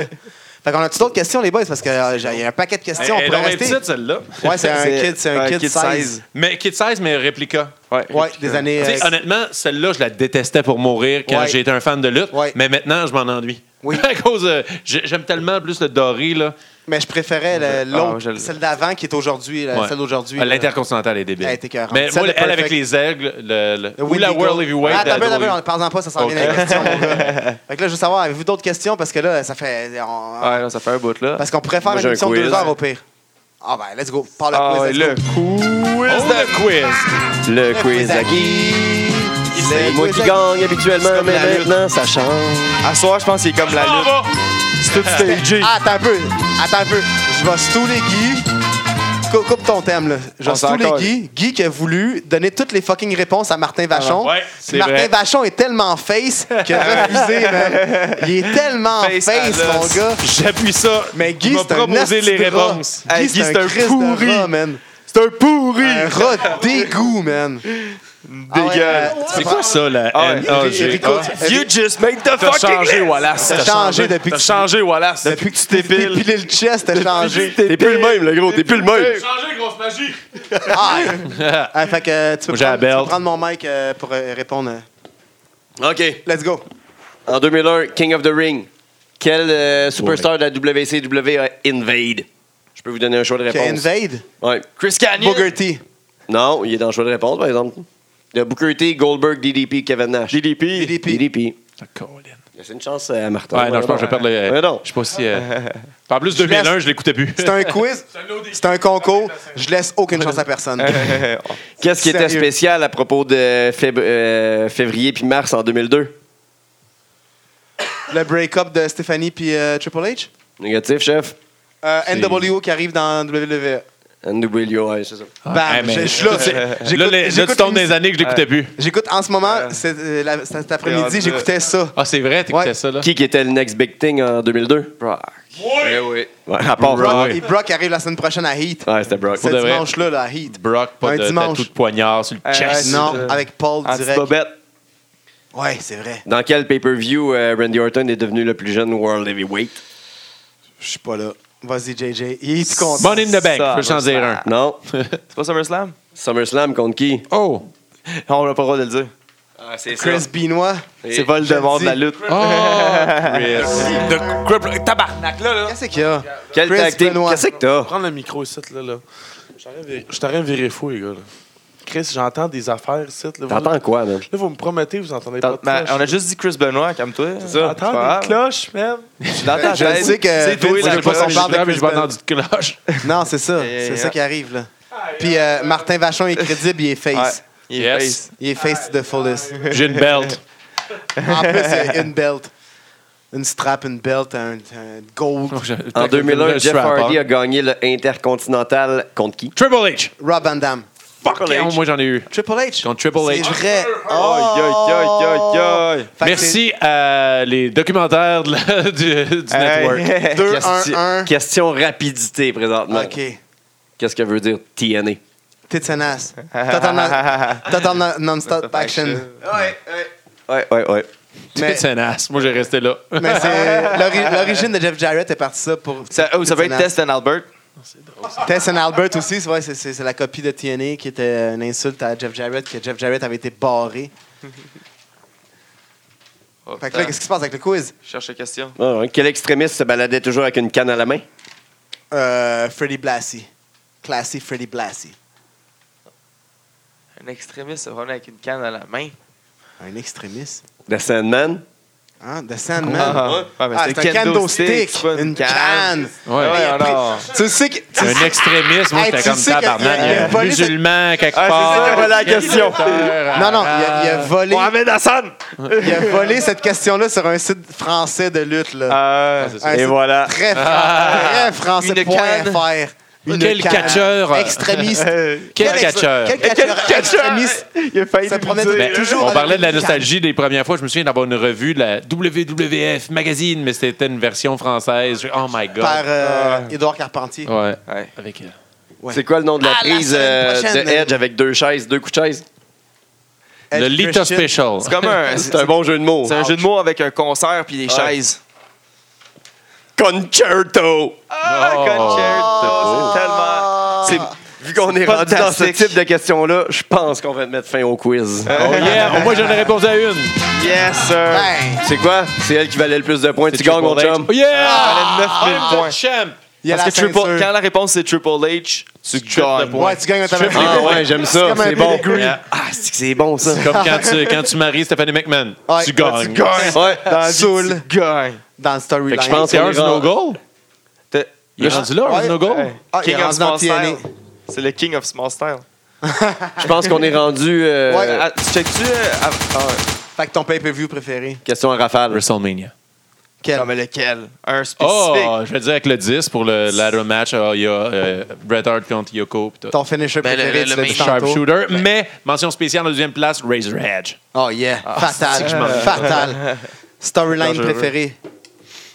Fait qu'on a-tu d'autres questions, les boys? Parce qu'il y a un paquet de questions. on Elle est pourrait donc bien rester. petite, celle-là. Ouais, c'est un kid, c'est un kid, 16. Mais kid size, mais réplica. Ouais. Ouais, des années. Tu sais, euh, honnêtement, celle-là, je la détestais pour mourir quand Ouais. j'étais un fan de lutte. Ouais. Mais maintenant, je m'en ennuie. Oui. à cause. euh, j'ai- J'aime tellement plus le doré, là. mais je préférais le- l'autre, Ah, je le- celle d'avant qui est aujourd'hui, la- Ouais. Euh, celle d'aujourd'hui. Ah, là. L'intercontinental est débile. Elle était écœurante. Mais Celle moi, de elle Perfect. avec les aigles, le, le- Le ou la Willy World Go. Heavyweight. Ah, elle a Attends, drôle attends, eu. attends, parlez-en pas, ça s'en vient dans les Ok. questions. mon gars. Fait que là, je veux savoir, avez-vous d'autres questions? Parce que là, ça fait. on- Ah. Ouais, là, ça fait un bout, là. Parce qu'on pourrait faire une Moi, j'ai un émission de deux quiz. heures au pire. Ah ben, let's go. Parle Ah, le ouais, quiz. let's le go. Oh, le quiz! Le Le quiz à Guy. C'est moi qui gagne habituellement, comme mais la lutte. maintenant, ça change. À soir, je pense qu'il est comme la On lutte. va! C'est tout stagé. Ah, attends un peu. Attends un peu. Je vais stouler Guy. Cou- Coupe ton thème, là. Je vais On s'en stouler colle. Guy. Guy qui a voulu donner toutes les fucking réponses à Martin Vachon. Ouais, Puis c'est Martin vrai. Vachon est tellement face qu'il a refusé, man. Il est tellement Face Ah, face, à mon l'os. gars. J'appuie ça. Mais Il Guy, m'a c'est un proposé nasty les de rat. réponses. Hey, Guy, c'est un Christ pourri. de rat, man. C'est un pourri. Un rat dégoût, man. Ah euh, Dégueule. C'est quoi ça, la Ah ouais. NAG? Rico, Ah. tu- You just make the T'as fucking changé, list. Wallace. T'as changé depuis que T'as tu- changé, Wallace. depuis que tu t'es pilé le chest, t'as changé. T'es plus le même, le gros, t'es plus le même. Changez, grosse magie! Ah, ouais. Ah, fait que euh, tu peux, Moi, j'ai la prendre, tu peux belt. prendre mon mic euh, pour euh, répondre. euh. OK. Let's go. En 2001, King of the Ring. Quel euh, superstar de la WCW a invade? Je peux vous donner un choix de Que réponse. Invade, Ouais. Chris Canyon. Booker T. Non, il est dans le choix de réponse, par exemple. Le Booker T, Goldberg, DDP, Kevin Nash. DDP. DDP. DDP. Ah, Colin. C'est une chance euh, à Martin. Ouais, non, je pense que je vais perdre le. Ouais, non. Je sais pas si. euh, En plus, 2001, je l'écoutais plus. C'est un quiz, c'est un concours. Je laisse aucune chance à personne. Qu'est-ce qui était Sérieux. spécial à propos de féb- euh, février puis mars en 2002? Le break-up de Stéphanie puis euh, Triple H. Négatif, chef? Euh, NWO qui arrive dans E. WWE. NWO, ouais, c'est ça. Bam, Ouais, mais- je je suis là. Là, J'écoute- les- là, tu j'écoute tombes dans une- les années que je l'écoutais plus. J'écoute en ce moment, c'est, euh, la- cet après-midi, rendu- j'écoutais ça. Ah, c'est vrai, t'écoutais Ouais. ça, là? Qui qui était le next big thing en 2002? Brock. Eh oui. Ouais, à part Brock, Brock. et Brock arrive la semaine prochaine à Heat. Ouais, c'était Brock. Ce de vrai. dimanche-là, là, à Heat. Brock, Un pas de dimanche. tatou de poignard sur le Euh, chest. ouais, Non, c'est- avec Paul direct. Anti-Bobette. Ouais, c'est vrai. Dans quel pay-per-view euh, Randy Orton est devenu le plus jeune World Heavyweight? Je suis pas là. Vas-y, JJ. Il est content. Money in the Bank, Ça, je peux en dire ça. un. Non. C'est pas SummerSlam? SummerSlam contre qui? Oh! On n'a pas le droit de le dire. Ah, c'est Chris Benoit. C'est vol de mort de la lutte. Ah, Chris. De Cripple- Tabarnak, là, là. Qu'est-ce qu'il y a? Quel Chris tag team? Benoit. Qu'est-ce que t'as? Prends le micro ici, là, là. Je t'arrive viré fou, les gars, là. Chris, j'entends des affaires ici, là. Vous- T'entends quoi, man? Là, vous me promettez, vous entendez pas T'as- de mais ben, cloche. On a juste dit Chris Benoit, calme-toi. C'est J'entends des cloches, man. Dans ta Je tête, sais que C'est toi Vince la veut pas cloche. son parle de mais Chris je vais Benoit. entendre du cloche. Non, c'est ça. Yeah, yeah, C'est yeah. ça qui arrive, là. Puis euh, Martin Vachon est crédible, il est face. Il est Yes. face. Il est face to the fullest. J'ai une belt. En plus, c'est une belt. Une strap, une belt, un, un gold. En 2001, Jeff Strap-on. Hardy a gagné le Intercontinental contre qui? Triple H. Rob Van Dam. Fuck Triple yeah, H. moi j'en ai eu. Triple H. Contre Triple C'est H. vrai. Oh. Aïe, aïe, aïe, aïe, aïe. Fait que Merci à les documentaires de la- du, du network. c'est Hey. 2-1-1. Question rapidité présentement. OK. Qu'est-ce que veut dire TNA? Tétanas. Total, no- total no- non-stop action. Ouais, ouais, ouais. Mais, C'est un as. Moi, j'ai resté là. mais c'est l'ori- l'origine de Jeff Jarrett est partie ça pour. Ça, oh, ça peut être Test and Albert. Tess and Albert aussi, c'est vrai, c'est- c'est c'est la copie de TNA qui était une insulte à Jeff Jarrett, que Jeff Jarrett avait été barré. Fait Oh, que là, putain. qu'est-ce qui se passe avec le quiz? Je cherche la question. Ah, ouais. Quel extrémiste se baladait toujours avec une canne à la main? Euh, Freddy Blassie. Classy Freddy Blassie. Un extrémiste se promenait avec une canne à la main. Un extrémiste. The Sandman? Hein? The Sandman. Ah, ah, mais Ah, c'est un kendo stick, pas une canne. Ouais. Ah ouais, alors. Tu sais que. tu Un sais- extrémiste, moi, Hey, j'étais tu comme sais que- Euh, tabarnak. il y a- il y a Il y a un volé- musulman quelque Ah, c'est part. ça, voilà la Quelque question. part. Non, non, il a, il a volé, Mohamed Hassan! il a volé cette question-là sur un site français de lutte. Là. Euh, Un Et site voilà. Très, fran- très français. Une point canne. fr. Une Quel canne. catcheur. Extrémiste. Quel ex- catcheur. Quel quel catcheur catcheur? extrémiste. Il a failli Ça nous promet dire. de- Ben, toujours on avec parlait de la une canne. nostalgie des premières fois. Je me souviens d'avoir une revue, la WWF Magazine, mais c'était une version française. Je- Oh my God. Par euh, Édouard Carpentier. Ouais. Ouais. Avec euh, Ouais. C'est quoi le nom de la Ah, la prise semaine euh, prochaine. de Edge avec deux chaises, deux coups de chaise? Edge le Lita Christian. Special. Euh, C'est comme un. C'est un Ah. bon jeu de mots. C'est un jeu de mots avec un concert puis des chaises. Concerto! Ah, Oh. concerto, c'est tellement. C'est- Vu qu'on est rendu dans ce fantastique. type de questions-là, je pense qu'on va mettre fin au quiz. Euh, Oh yeah, au moins j'en ai répondu à une. Yes, sir. Ben, C'est quoi? C'est elle qui valait le plus de points. Tu gagnes, mon chum. Oh yeah! Ah, elle a 9000 Ah, points. champ. il y a Parce la que Triple- ceinture. quand la réponse c'est Triple H, tu gagnes. Ouais, tu gagnes un tabac. Ah ouais, j'aime ça. comme un C'est bon. pedigree. Ah, c'est que c'est bon, ça. Comme quand tu, quand tu maries Stephanie McMahon. Ouais. tu gagnes. Ouais. Dans Soul, Soul. Gagne. dans le Fait storyline. que je pense C'est qu'on Earth est No rendu... Goal? T'es- Il est rendu là, Earth Ouais. No Goal? Ah, il est King of rendu dans Small Style. TNA. C'est le King of Small Style. Je pense qu'on est rendu... euh, Ouais. Ah, tu checkes-tu. euh, ah, ah, Fait que ton pay-per-view préféré. Question à rafale. WrestleMania. Quel? Non, mais lequel Un spécifique. Oh, je vais dire avec le 10 pour le ladder match. ah, Il y a euh, Bret Hart contre Yoko. pis tout. Ton finisher Ben, le- préféré, le- tu l'as le dit main tantôt. Ben. Sharpshooter. Mais mention spéciale en deuxième place, Razor Edge. Oh yeah, fatal, fatal. Storyline préférée.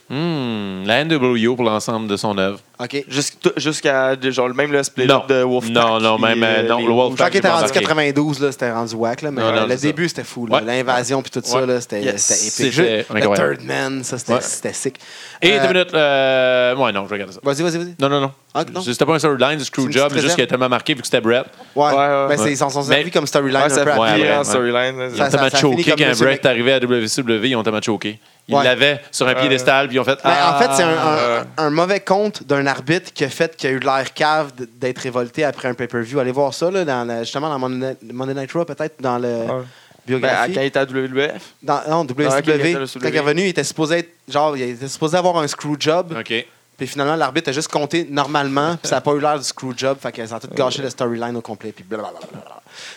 Hmm, la NWO pour l'ensemble de son œuvre. OK. Jusqu'à jusqu'à, genre même le split Non. up de Wolfpack. Non, non, puis, même, euh, non, les le Wolfpack. Jacques j'ai était pas rendu embarqué. 92, là, c'était rendu whack, là, mais Non, non, le c'est ça. début, c'était fou. là. Ouais. L'invasion puis tout ça, Ouais. là, c'était Yes. c'était épique. C'était Je- le incroyable. Third Man, ça, c'était Ouais. c'était sick. Et Euh, deux minutes. euh, ouais, non, je regarde ça. Vas-y, vas-y, vas-y. Non, non, non. Ah, non? C'était pas un storyline, du C'est une petite screwjob, mais juste réserve. qu'il a tellement marqué vu que c'était Brett. Ouais, Ouais, ouais, ben, ouais. c'est- ils s'en sont Mais- servis comme storyline Ouais, un peu ça fait après. Ouais, ouais, en ouais. storyline. là. Ils ont Ça- tellement ça a fini choqué comme quand Monsieur Brett Mc- est arrivé à WCW, ils ont tellement choqué. Ils Ouais. l'avaient sur un piédestal, puis ils ont fait. Ben, Ah, en fait, c'est un, un- Ah. un mauvais compte d'un arbitre qui a fait qu'il a eu l'air cave d- d'être révolté après un pay-per-view. Allez voir ça, là, dans le- justement, dans Monday Night- Monday Night Raw, peut-être, dans le Ouais. Ben, à- biographie. quand il était à WWF. Dans, non, Ah, ok, il WCW. était à WCW. Quand il est revenu, il était supposé être, genre, il était supposé avoir un screw job. OK. Euh, Puis finalement, l'arbitre a juste compté normalement, puis ça n'a pas eu l'air du screw job, fait que ça a tout gâché le storyline au complet, puis blablabla.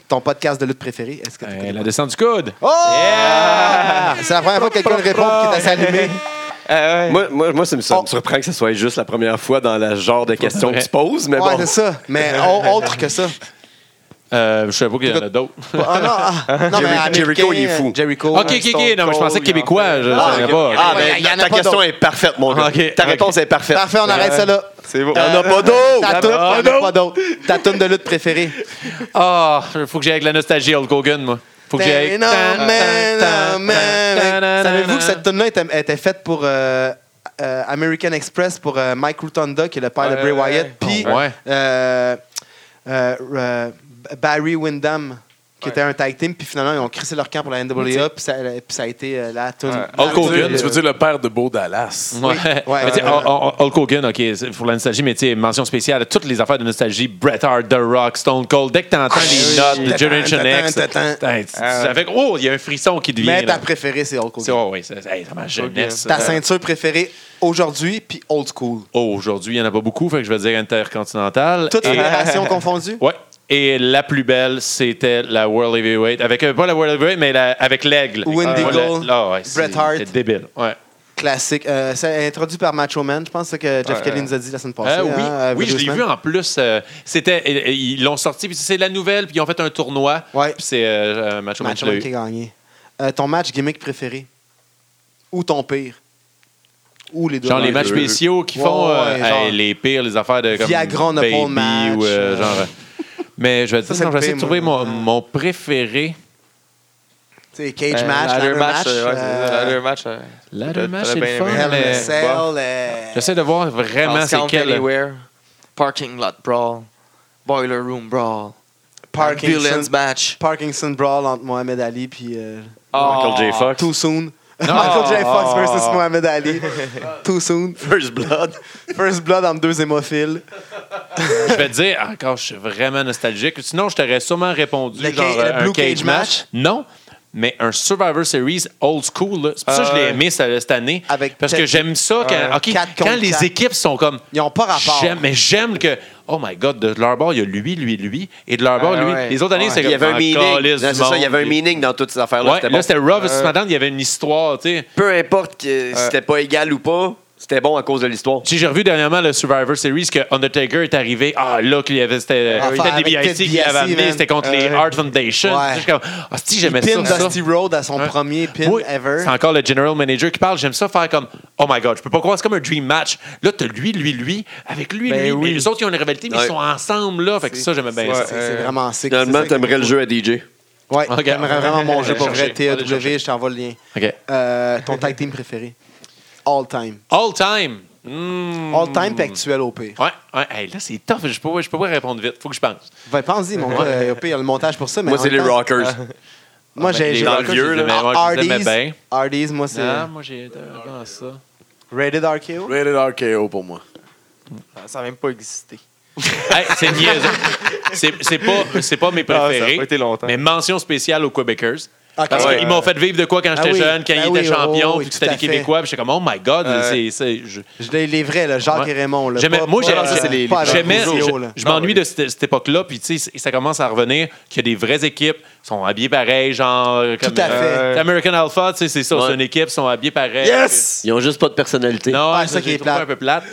Ton podcast de lutte préféré, est-ce que tu Euh, la descente du coude. Oh! C'est la première fois que quelqu'un le répond qui est assez allumé. Ah, ouais. Moi, moi, moi, ça me, ça me Oh. surprend que ce soit juste la première fois dans le genre de questions que tu poses, mais Ouais, bon. c'est ça. Mais au- autre que ça. Euh, je sais pas qu'il y en a d'autres. Ah non, ah, non, mais Jerry- américain, euh, Jericho, il est fou. Jericho. OK, OK, OK. Non, mais je pensais que québécois. Je Ah, savais ok. pas. Ah, Ouais, ben, y en a ta pas question d'autres. est parfaite, mon gars. Ok, Ta ok. réponse est parfaite. Parfait, on arrête ça là. C'est Ah, bon. Il n'y en a Euh, pas Ta d'autres! Ah, toune, il y en a pas d'autre. Ta toune de lutte préférée. Ah, faut que j'aille avec la nostalgie Hulk Hogan, moi. Faut que j'aille. Ben Non, mais, non, mais. Savez-vous que cette tune-là était, était faite pour euh, euh, American Express pour euh, Mike Rutonda, qui est le père de Ouais, Bray ouais, Wyatt, ouais. puis Oh, ouais. euh, euh, euh, Barry Windham, qui Ouais. était un tag team, puis finalement, ils ont crissé leur camp pour la NWA, puis ça, puis ça a été euh, la tune. euh, Ouais. Hulk Hogan, Tu veux dire le père de Beau Dallas? Ouais. ouais, Mais tu sais, ouais. Hul- Hul- Hulk Hogan, OK, c'est pour la nostalgie, mais tu sais, mention spéciale à toutes les affaires de nostalgie, Bret Hart, The Rock, Stone Cold. Dès que Ah, t'entends les notes de Generation X, hey, tu- tu- Ah ouais. ça fait que, oh, il y a un frisson qui devient. Mais ta là. préférée, c'est Hulk C'est Hogan. oh, oui, c'est hey, c'est ma jeunesse. Ta ceinture préférée aujourd'hui, puis old school. Oh, aujourd'hui, il n'y en a pas beaucoup, fait que je vais dire intercontinental. Toutes Et- générations confondues? Ouais. Et la plus belle, c'était la World Heavyweight. Avec, euh, pas la World Heavyweight, mais la- avec l'aigle. Wendy Moi, la- Gold, là, ouais, c'est- Bret Hart. C'était débile. Ouais. Classique. Euh, c'est introduit par Macho Man. Je pense que c'est que Jeff Ouais. Kelly nous a dit la semaine passée. Euh, oui, hein, euh, oui je deux l'ai semaines. vu en plus. euh, c'était, euh, ils l'ont sorti, puis c'est la nouvelle, puis ils ont fait un tournoi. Ouais. Puis c'est euh, euh, Macho Man qui Macho l'a Man eu. qui a gagné. Euh, ton match gimmick préféré? Ou ton pire? Ou les deux? Genre les Ouais. matchs spéciaux qui Ouais, font ouais, euh, genre- hey, les pires, les affaires de comme Viagra, on a pas Baby le match, ou, euh, euh, genre. euh, Mais je vais Ça, dire, c'est non, je vais essayer de le pire, trouver moi. mon, mon préféré. Tu sais, cage Euh, match, ladder ladder match. euh, ouais, c'est ça, euh, ladder match. euh, Ladder T'as- match, t'aurais c'est le bien fun, aimé. Hell in a mais Cell, bon. euh, j'essaie de voir vraiment House c'est Count quel. euh? Anywhere, Parking Lot Brawl, Boiler Room Brawl, Ambulance Parkinson, Match. Parkinson Brawl entre Mohamed Ali puis euh, Ah. Uncle J. Fox. Too Soon. Non. Michael J. Fox Oh. versus Mohamed Ali. Too Soon. First Blood. First Blood entre deux hémophiles. Je vais te dire, encore, je suis vraiment nostalgique. Sinon, je t'aurais sûrement répondu Le genre ca- le un Blue cage, Cage match. match? Non, mais un Survivor Series old school. là. C'est pour ça que je l'ai Euh, aimé cette, cette année. Ah, avec parce que peut-être- j'aime ça quand, Ouais. ok, Quatre quand contre les quatre. équipes sont comme. Ils n'ont pas rapport. J'aime, mais j'aime que. Oh my God, de leur bord, il y a lui, lui, lui. Et de leur bord, Ah, lui. ouais. Les autres années, Ouais. c'est Il comme. y avait un Ah, meaning. calisse Non, du C'est ça, il y monde. avait un meaning dans toutes ces affaires-là. Ouais, bon. là, c'était rough. Euh. Ce matin, il y avait une histoire, tu sais. Peu importe que Euh, si Ouais. c'était pas égal ou pas, c'était bon à cause de l'histoire. Tu sais, J'ai revu dernièrement le Survivor Series que Undertaker est arrivé. Ah, là, qu'il y avait. C'était Ah, c'était enfin, avec Ted DBIC qui DiBiase, l'avait amené. man. C'était contre les Ouais. Hart Foundation. Ouais. Tu sais, je suis comme, Ah, si, j'aimais pin ça. ça. Dusty Road à son Ouais. premier pin Moi, ever. C'est encore le general manager qui parle. J'aime ça faire comme Oh my God, je peux pas croire. C'est comme un dream match. Là, t'as lui, lui, lui, avec lui, Ben lui. oui. Mais les autres, ils ont une rivalité, mais Ouais. ils sont ensemble là. Fait que ça, j'aimais bien ouais. ça. C'est- C'est vraiment sick. C'est Finalement, ça que- t'aimerais le jeu à DJ. Ouais, Euh, Ok. j'aimerais vraiment mon jeu pour vrai. Chercher. Allez TAW, chercher. je t'envoie le lien. OK. Euh, ton tag team préféré? All time. All time. Hmm. All time puis actuel au pire. Ouais, ouais. Hey, là, c'est tough. Je peux, pas- je peux pas répondre vite. Faut que je pense. Ben, pense-y, mon gars. euh, Au pire, il y a le montage pour ça. mais Moi, en c'est même les temps, Rockers. Moi, Ah, ben, j'ai. les j'ai- Rockers, je les aimais, moi, je les aimais bien. Hardee's, Hardee's, moi, c'est. Ah, moi, j'ai. euh, comment ça. Rated RKO. Rated oh, RKO pour moi. Ça n'a même pas existé. Hey, c'est niaiseux. C'est c'est pas, c'est pas mes Ah, ça a préférés. pas été longtemps. Mais mention spéciale aux Québécois. Ok. Parce ouais. qu'ils m'ont fait vivre de quoi quand Ah j'étais oui, jeune, quand ah ils oui, étaient oh, oui, champions, puis tout à c'était des fait. Québécois, puis j'étais comme, oh my God, Ouais. c'est- c'est- je- Je l'ai- les vrais, là, Jacques Ouais. et Raymond. Là, J'aimais, Pas- moi, pas, j'aimais, euh, j'aimais- pas avec j'aimais- Rougeau, là. je, je m'ennuie de cette, cette époque-là, puis tu sais, ça commence à revenir qu'il y a des vraies équipes, ils sont habillées pareil, genre. Comme, Tout à fait. euh, American Alpha, tu sais, c'est ça, Ouais. c'est une équipe, ils sont habillés pareil. Ils ont juste pas de personnalité. Non, Ouais, c'est ça qui est plate. un peu plate.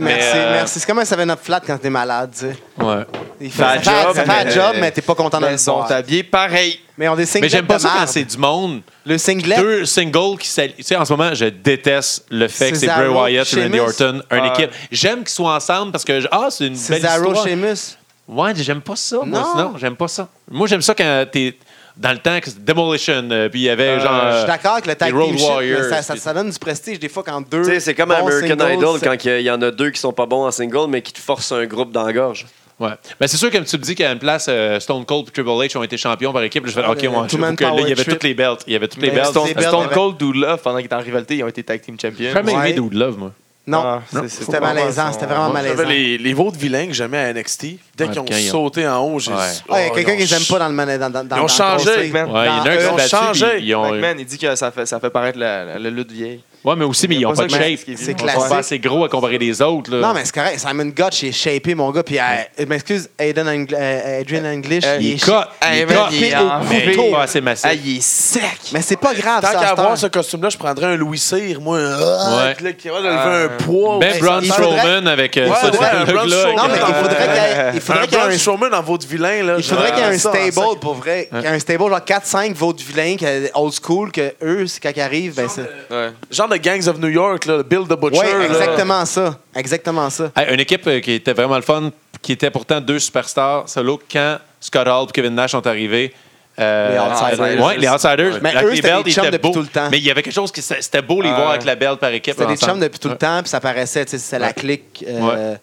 Merci, mais, euh, merci. C'est comme un 7-Up flat quand t'es malade, tu sais. ouais. Il fait, Ça ça fait, job, ça fait un mais- job, mais t'es pas content de Mais le ils sont voir. habillés pareil. Mais on des Mais singlets j'aime pas de ça quand merde. c'est du monde. Le singlet, Deux singles qui s'allient. Tu sais, en ce moment, je déteste le fait que c'est Bray Cesaro, Wyatt et Randy Sheamus. Orton, une Ouais. équipe. J'aime qu'ils soient ensemble parce que, je- ah, c'est une c'est belle Zaro histoire. Sheamus. Ouais, j'aime pas ça. Moi, Non. non, j'aime pas ça. Moi, j'aime ça quand t'es dans le temps que c'était Demolition, euh, puis il y avait genre. je suis d'accord avec le tag les Road team shit, Warriors, mais ça, ça, puis- ça donne du prestige des fois quand deux. Tu sais, c'est comme bons American singles, Idol c'est- quand il y en a deux qui sont pas bons en single, mais qui te forcent un groupe dans la gorge. Ouais. Mais c'est sûr, comme tu me dis qu'à une place, euh, Stone Cold et Triple H ont été champions par équipe, je fais, Ah, OK, le moi, two-man j'avoue que là, il y power avait trip. toutes les belts. Il y avait toutes les Mais belts. Stone- Stone Bell, Stone ouais. Cold Doula, pendant qu'ils étaient en rivalité, ils ont été tag team J'ai champions. jamais Ouais. aimé Dude Love, moi. Ah, Non, Non. c'était malaisant, c'était vraiment malaisant. J'avais les, les vôtres vilains que j'aimais à NXT. Dès Ouais, qu'ils ont Ah, quand ils ont- sauté en haut, j'ai oh Ouais. Ah, il y a quelqu'un qui qui les aime pas dans le man- dans, dans, dans Ils ont dans le changé. conseil. McMahon. Ouais, il y en a un qui Ils s'est ont battu, changé. puis ils ont- McMahon, il dit que ça fait, ça fait paraître la, la- la lutte vieille. Ouais, mais aussi, mais Il y ils a ont pas pas de ça qui- shape. qui est C'est Ils sont classique. pas assez gros à comparer les autres, là. Non, mais c'est correct. Simon Gotch, il est shapé, mon gars. Puis, euh, m'excuse, Aiden Angl- euh, Adrian English, euh, il est cut. shapé. Hey, Il est man, cut. il est Mais en hein. il est photo. pas assez massif. Ah, il est sec! Mais c'est pas grave, Tant ça. qu'à à cette avoir heure. ce costume-là, je prendrais un Louis Cyr, moi. Ah, Ouais. puis là, qui va lever un poids. Ben ou- Braun il Strowman faudrait- avec euh, Ouais, ça, ouais, c'est un le Braun gars, Strowman. Non, mais il faudrait qu'il y ait- il Un faudrait qu'il y ait Braun un Strowman dans votre vilain, là. Il faudrait qu'il y ait Ah, un ça, ça, stable pour vrai, qu'il y ait un stable genre 4-5 vautres vilains old school que eux c'est quand ils arrivent ben c'est Ouais. Genre de Gangs of New York, là, le Bill the Butcher. ouais là. exactement ça exactement ça Hey, une équipe euh, qui était vraiment le fun, qui était pourtant deux superstars solo quand Scott Hall et Kevin Nash sont arrivés. euh, Les Outsiders. ouais, les Outsiders. Mais Avec eux, les c'était belts, des ils chums étaient depuis beaux. tout le temps. Mais il y avait quelque chose qui c'était c'était beau les Ouais. voir avec la belle par équipe. c'était des ensemble. chums depuis tout le temps puis ça paraissait tu sais, c'est la Ouais. clique euh,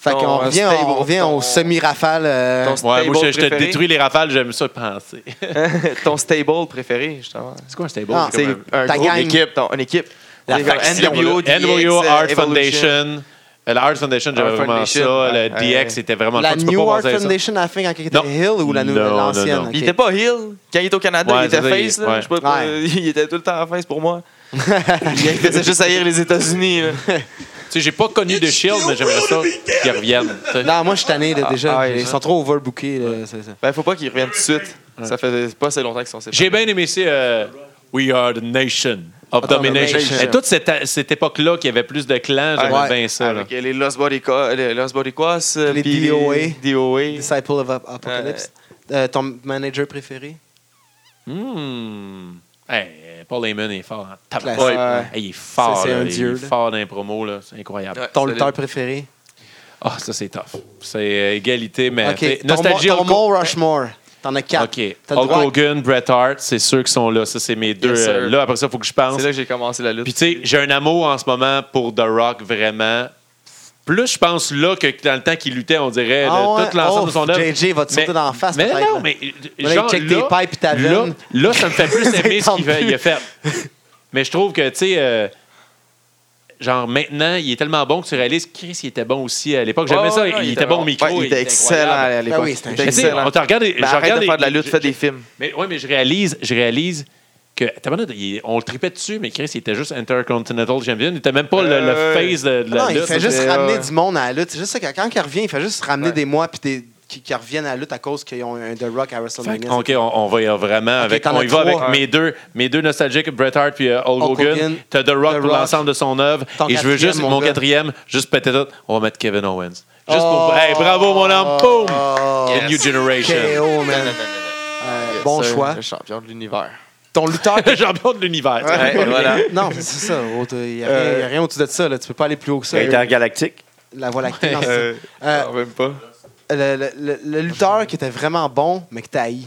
fait Ton, qu'on euh, revient stable, on revient ton- au euh, semi rafale ton- Ouais, moi, je, Stable je te préféré. détruis les rafales, j'aime ça penser. Ton stable préféré, justement. C'est quoi un stable? Ah, C'est un Ta groupe, gang. une équipe. ton- une équipe. La C'est comme faction, NWO, DX, NWO, euh, Art Evolution. Foundation. Euh, La Art Foundation, j'avais Art vraiment Foundation, ça. ouais. Le DX, Ouais. c'était vraiment le la fun. Tu peux New pas Art penser à ça. Foundation à la fin quand il Non. était Hill ou la nouvelle Non, non, non. l'ancienne ok. Il était pas heel. Quand il était au Canada, Ouais, il était c'est ça, il- face. là. ouais. Je sais pas, euh, Ouais. Il était tout le temps face pour moi. il faisait juste haïr les États-Unis. là. sais, j'ai pas connu de Shield, mais j'aimerais ça qu'ils reviennent. tu sais. Non, moi, je suis tanné là, Ah, déjà. ah, ils c'est ça. sont trop overbookés. là, c'est ça. Ben, faut pas qu'ils reviennent tout de suite. Ça fait pas assez longtemps qu'ils sont séparés. J'ai bien aimé c'est euh, We Are the Nation of Domination. Domination. Et toute cette, cette époque-là, qu'il y avait plus de clans, j'aimais Ouais. Ah, bien ça. là. Avec euh, les Lost Boricua- les Lost Boricuas, euh, Les puis DOA. les DOA. Disciple of Ap- Apocalypse. Euh, ton manager préféré? Hmm. Hey, Paul Heyman est fort. hein. Tabarnak. Classique. Ouais. Hey, il est fort. Ça, c'est là. un Il dieu, est là. fort dans les promos. là. C'est incroyable. Ouais. Ton Solide. lutteur préféré? Ah, ça, c'est tough. C'est euh, égalité, mais. OK. t'sais, Ton, mo- Nostalgie, ton Hulk- Mont Rushmore. T'en as quatre. OK. T'as le Hulk droit à- Hogan, Bret Hart, c'est ceux qui sont là. Ça, c'est mes deux. sir. euh, là, après ça, il faut que je pense. C'est là que j'ai commencé la lutte. Puis, tu sais, j'ai un amour en ce moment pour The Rock, vraiment. Plus, je pense là que dans le temps qu'il luttait, on dirait, Ah là, ouais? tout l'ensemble de Oh, son œuvre. JJ va te sauter Mais- dans la face, Mais peut-être, hein. non, là. mais. Va aller genre, check tes là- pipes et ta là, veine. là, ça me fait plus Ça aimer ce qu'il tente fait- plus. il a fait. Mais je trouve que, tu sais, euh, genre maintenant, il est tellement bon que tu réalises que Chris, il était bon aussi à l'époque. J'aimais Ouais, ça, ouais, il, ouais, était bon au micro. ouais, Oh, il était excellent incroyable. à l'époque. Ben oui, c'était un Il génie. était Mais tu sais, excellent. on te regarde, et- Ben, je arrête regarde de et- faire de la lutte, je- fais des films. mais ouais, mais je réalise, je réalise que attends, une minute, il- on le tripait dessus, mais Chris, il était juste Intercontinental Champion. Il était même pas le, le Euh, face de, de la Ah Non, il lutte. fait juste c'est- ramener ouais. du monde à la lutte. C'est juste ça que quand il revient, il fait juste ramener Ouais. des mois puis des... qui, qui reviennent à la lutte à cause qu'ils ont un The Rock à Fait WrestleMania. que, OK, on, on va y vraiment avec. t'en On as y va avec trois. mes deux, mes deux nostalgiques, Bret Hart puis euh, Hulk Hulk Hogan. Hogan, T'as The Rock The pour Rock. l'ensemble de son œuvre. Ton Et je veux juste quatrième, mon, mon gars. quatrième, juste péter tout. On va mettre Kevin Owens. Juste Oh! pour. Hey, bravo, mon homme! Boom! Oh! The New Generation. KO, man. Euh, bon C'est choix. Le champion de l'univers. Ton lutteur. Le champion de l'univers. Ouais, voilà. non, mais c'est ça. autre- Il n'y a, Euh, rien- il y a rien au-dessus de ça. Là. Tu peux pas aller plus haut que ça. Intergalactique. La voie lactée. non, c'est ça. Euh, Euh, non, même pas. le, le- le- le lutteur qui était vraiment bon, mais que t'as haï.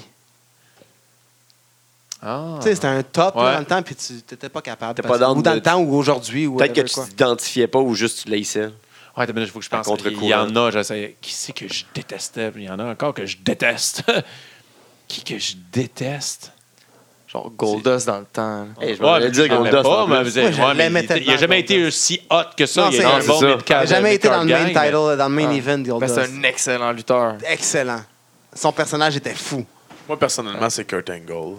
Ah. Tu sais, c'était un top là, Ouais. dans le temps, puis tu n'étais pas capable. T'es parce- pas dans ou dans de- le temps, ou aujourd'hui. ou Peut-être que whatever, tu quoi. t'identifiais pas ou juste tu laissais. Ouais, t'as il faut que je pense. À contre-courant. Il y en a, j'essaie. Qui c'est que je détestais? Puis Il y en a encore que je déteste. qui que je déteste? Genre Goldust dans le temps. là. Hey, je Ouais, m'en mais allais dire je l'aimais Goldust. pas, en mais plus. vous Moi, avez- je ouais, mais l'aimais il était- il tellement n'a jamais été Goldust. aussi hot que ça. Non, il c'est- a non, été un c'est ça. bon Il a jamais été dans le main title, dans le main Ah. event, Ben, Goldust. c'est un excellent lutteur. Excellent. Son personnage était fou. Moi, personnellement, c'est Kurt Angle.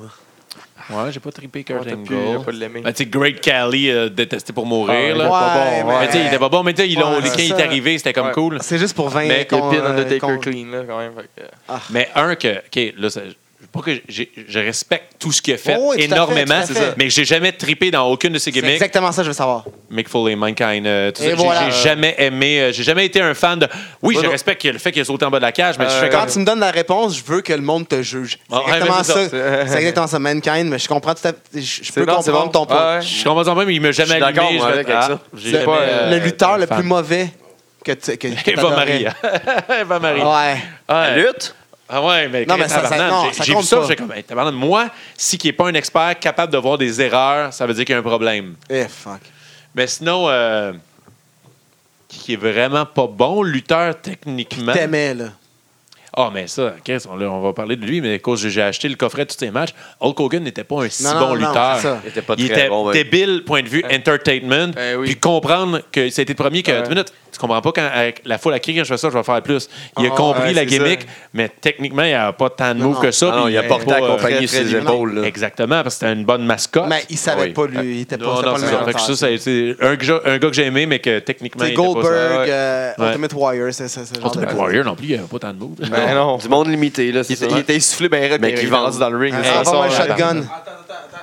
Ouais, j'ai pas trippé Kurt Ouais, t'as pu, Angle. euh, pas l'aimer. Ben, tu sais, Great Cali euh, détesté pour mourir. Ah, là. ouais, Ouais, bon, ouais. Mais tu sais, il était pas bon, mais tu sais, ils l'ont- Ouais, quand c'est il est ça. arrivé, c'était comme Ouais. cool. C'est juste pour 20 Mais le qu'on- pin euh, Undertaker qu'on- clean, là, quand même. fait que- Mais un que, OK, là, ça- pas que j'ai- je respecte tout ce qu'il a fait Oh, oui, tout à fait, énormément, tout à fait. mais j'ai jamais trippé dans aucune de ses C'est gimmicks. exactement ça, que je veux savoir. Mick Foley, Mankind, euh, tout Et ça. J'ai- voilà. J'ai jamais aimé, euh, j'ai jamais été un fan de. Oui, je non. respecte qu'il- le fait qu'il a sauté en bas de la cage, mais je Euh, fais Quand comme. tu me donnes la réponse, je veux que le monde te juge. C'est Ah, ouais, exactement mais c'est ça. ça. C'est exactement ça, Mankind, mais je comprends tout à fait. Je je peux non, comprendre bon. ton point. Ah, ouais. Je suis convaincu même, il m'a jamais Je suis d'accord, allumé. moi, je fais, ah, avec- avec ça. j'ai Le- jamais, pas, euh, le lutteur été le fan. plus mauvais que tu que, que Eva t'adorais. Marie. Eva Marie. Ouais. Ouais. La lutte? Ah ouais, mais, Non, mais ça- ça- tabarnak, non, j'ai- ça j'ai vu compte ça, pas. j'ai comme, hey, tabarnak, moi, si qui n'est pas un expert capable de voir des erreurs, ça veut dire qu'il y a un problème. Eh, fuck. Mais sinon, euh, qui est vraiment pas bon, lutteur techniquement. T'aimais, là. Ah, mais ça, Chris, on, là, on va parler de lui, mais à cause j'ai acheté le coffret de tous ses matchs, Hulk Hogan n'était pas un si Non, non, bon non, lutteur. c'est ça. Euh, ben Il était pas Il très était bon, ouais. débile, point de vue entertainment. Eh oui. Puis comprendre que c'était le premier que, Ouais. Deux minutes, tu comprends pas quand avec la foule a crié quand je fais ça, je vais faire plus. Il a Ah, compris ouais, la c'est gimmick, ça. mais techniquement, il n'y a pas tant de Non, moves non. que ça. Ah non, puis il a il porté pas, à euh, accompagné très, très ses bien. épaules. là. Exactement, parce que c'était une bonne mascotte. Mais il savait Oui. pas, lui. Il était pas, Ah Non, c'était non, pas c'est le ça. meilleur Fait que ça, lutteur. c'est c'est un, que j'a- un gars que j'ai aimé, mais que techniquement. C'est il était pas ça. Ah, Goldberg, ouais. euh, Ouais. Ultimate Warrior, c'est c'est- c'est ce genre Ultimate de- Warrior non plus, il n'y avait pas tant de moves. Ben non. Du monde limité, là, Il c'est ça. était, il était essoufflé, ben raide, Mais il qui est vend. rendu dans le ring. Ah, Il ça va sort, moi le là. shotgun.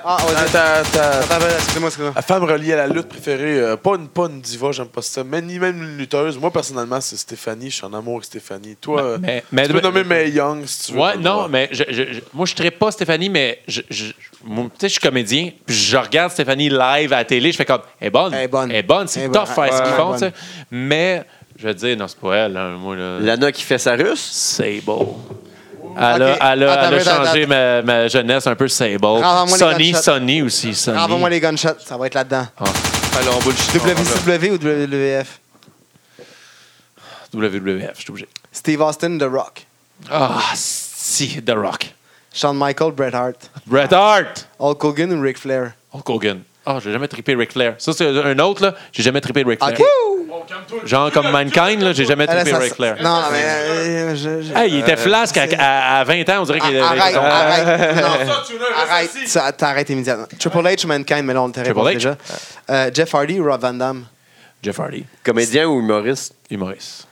Ah, ouais, attends, attends, attends, excusez-moi, excusez-moi. La femme reliée à la lutte préférée, euh, pas, une, pas une diva, j'aime pas ça, mais ni même une lutteuse. Moi, personnellement, c'est Stéphanie. Je suis en amour avec Stéphanie. Toi, euh, mais- mais- tu peux nommer May Young si tu veux. t'as Ouais, le non, droit. mais je, je- je- moi, je ne pas Stéphanie, mais je, je, je- moi, tu sais, je suis comédien, puis je regarde Stéphanie live à la télé, je fais comme, elle est bonne. Elle est bonne. Elle c'est est tough bonne. faire ce qu'ils Ouais, font, elle tu est sais. Mais je veux dire, non, c'est pas elle, là, moi, là. Lana qui fait sa russe? Sable. Elle a, Ok. elle a- Attends, elle a attends, changé attends. ma, ma jeunesse un peu Sable. Renvoie-moi les Sonny, gunshots. Sonny aussi, Sonny. Envoie-moi les gunshots, ça va être là-dedans. Allez, on bullshit. WCW ou WWF? WWF, je suis obligé. Steve Austin, The Rock. Ah, si, The Rock. Shawn Michaels, Bret Hart. Bret Hart. Hulk Hogan ou Ric Flair? Hulk Hogan. Ah, j'ai jamais trippé Ric Flair. Ça, c'est un autre, là. J'ai jamais trippé Ric Flair. Ok. Genre comme Mankind, là, j'ai jamais Ah, là, trippé ça- Ric Flair. Non, non, mais. euh, je- je- Hey, il était flasque à, à- à 20 ans, on dirait qu'il Ah, avait Arrête, son- arrête. non. Arrête, ça- t'arrêtes immédiatement. Triple H ou Mankind, mais là, on te Triple répond H. déjà. Euh, Jeff Hardy ou Rob Van Damme? Jeff Hardy, Comédien ou humoriste? humoriste.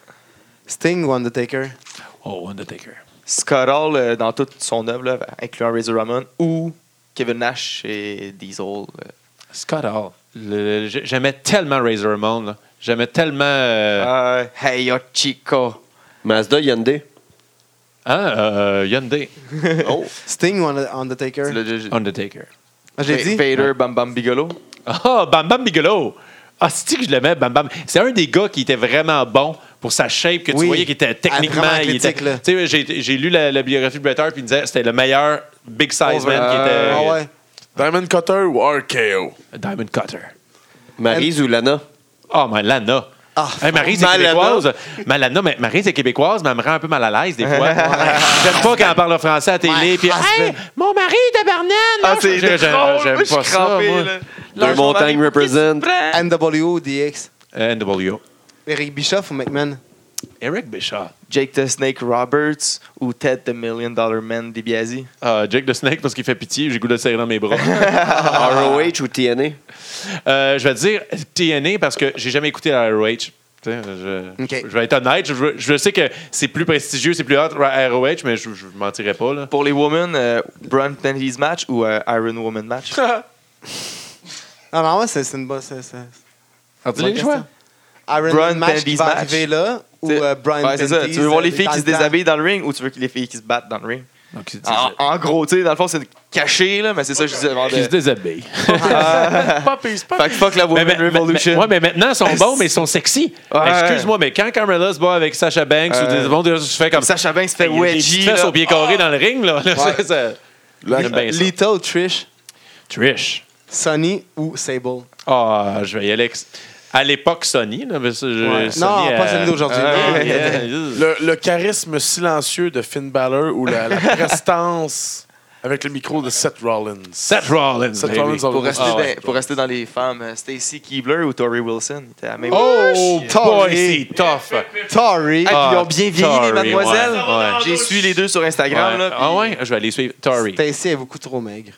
Sting ou Undertaker? Oh, Undertaker. Scott Hall euh, dans toute son œuvre, là, incluant Razor Ramon, ou Kevin Nash et Diesel. euh. Scott Hall. Le- le- J'aimais tellement Razor Ramon. là. J'aimais tellement. euh, Ah. Euh, hey, yo, Chico. Mazda Hyundai. Hein? euh, Hyundai. Oh. Sting ou Under- Tu Undertaker? l'as déjà- Undertaker. Ah, J'ai dit? Vader, Bam Bam Bigelow. Ah, Bam Bam Bigelow. Ah, c'est que je l'aimais, Bam Bam. C'est un des gars qui était vraiment bon pour sa shape que tu Oui. voyais qui était techniquement. Ah, vraiment il était- athlétique, là. Tu sais, j'ai- j'ai lu la, la biographie de Bret Hart puis il me disait que c'était le meilleur big size Oh, man qui était. Ah ouais. Diamond Cutter ou RKO? Diamond Cutter. Maryse ou Lana? Oh, mais Lana. Ah, Hey, Maryse est Malana. québécoise. Malana, mais Maryse est québécoise, mais elle me rend un peu mal à l'aise des fois. J'aime pas quand on parle français à la télé. My Puis, hey, husband. mon mari est tabarnak! Ah, Non, c'est je- je- drôle, moi, J'aime je suis pas ça. crampé, moi. là. Deux montagnes represent. NW ou DX? NWO. Eric Bischoff ou McMahon? Eric Bischoff. Jake the Snake Roberts ou Ted the Million Dollar Man DiBiase. Ah, Jake the Snake parce qu'il fait pitié, j'ai le goût de le serrer dans mes bras. ROH ou TNA? Euh, je vais te dire TNA parce que j'ai jamais écouté la ROH. Tu sais, Je, Ok. je vais être honnête, je, veux- je sais que c'est plus prestigieux, c'est plus hot la ROH, mais je, je mentirais pas. Là. Pour les women, euh, Braun Kennedy's match ou euh, Iron Woman match. Non, non, ouais, c'est c'est une bonne. c'est- c'est- Dis-les les choix. Iron Brian Man match qui Bendy's va match. arriver là ou euh, Brian ouais, c'est ça. Bendy's, Tu veux voir euh, les filles dans qui le se temps. déshabillent dans le ring ou tu veux que les filles qui se battent dans le ring? Donc, qui se En, désha- en gros, tu sais, dans le fond, c'est caché, là, mais c'est ça que je disais avant. qui se De... déshabille. Puppies, puppies. Fait que fuck la Mais, Woman mais- mais- Revolution. ouais, mais maintenant, ils sont bons, mais ils sont sexy. Ouais. Excuse-moi, mais quand Carmella se bat avec Sasha Banks ou Euh, des bons, je fais comme ça. Sacha Banks fait Il y a des petites wedgie. fesses là. au pied carré dans le ring. Là. Ça, ça- J'aime bien ça. Lita ou Trish? Trish. Sonny ou Sable? Ah, je vais y aller. avec- À l'époque, Sony. Là, mais ça, je- Ouais. Sony, Non, pas euh, Sonny d'aujourd'hui. Ah, Non, yeah. Le, le charisme silencieux de Finn Balor ou la, la prestance avec le micro de Seth Rollins. Seth Rollins. Seth baby. Rollins, on Pour le- rester, Ah ouais. dans, pour rester dans les femmes, euh, Stacy Keebler ou Tori Wilson étaient à la même Oh, boy, Torrey. c'est tough. Tory. Ah, puis ils Ah, ont bien vieilli, Tory, les mademoiselles. ouais, ouais. J'ai su les deux sur Instagram. Ouais. Là, Ah ouais, je vais aller suivre. Tory. Stacy est beaucoup trop maigre.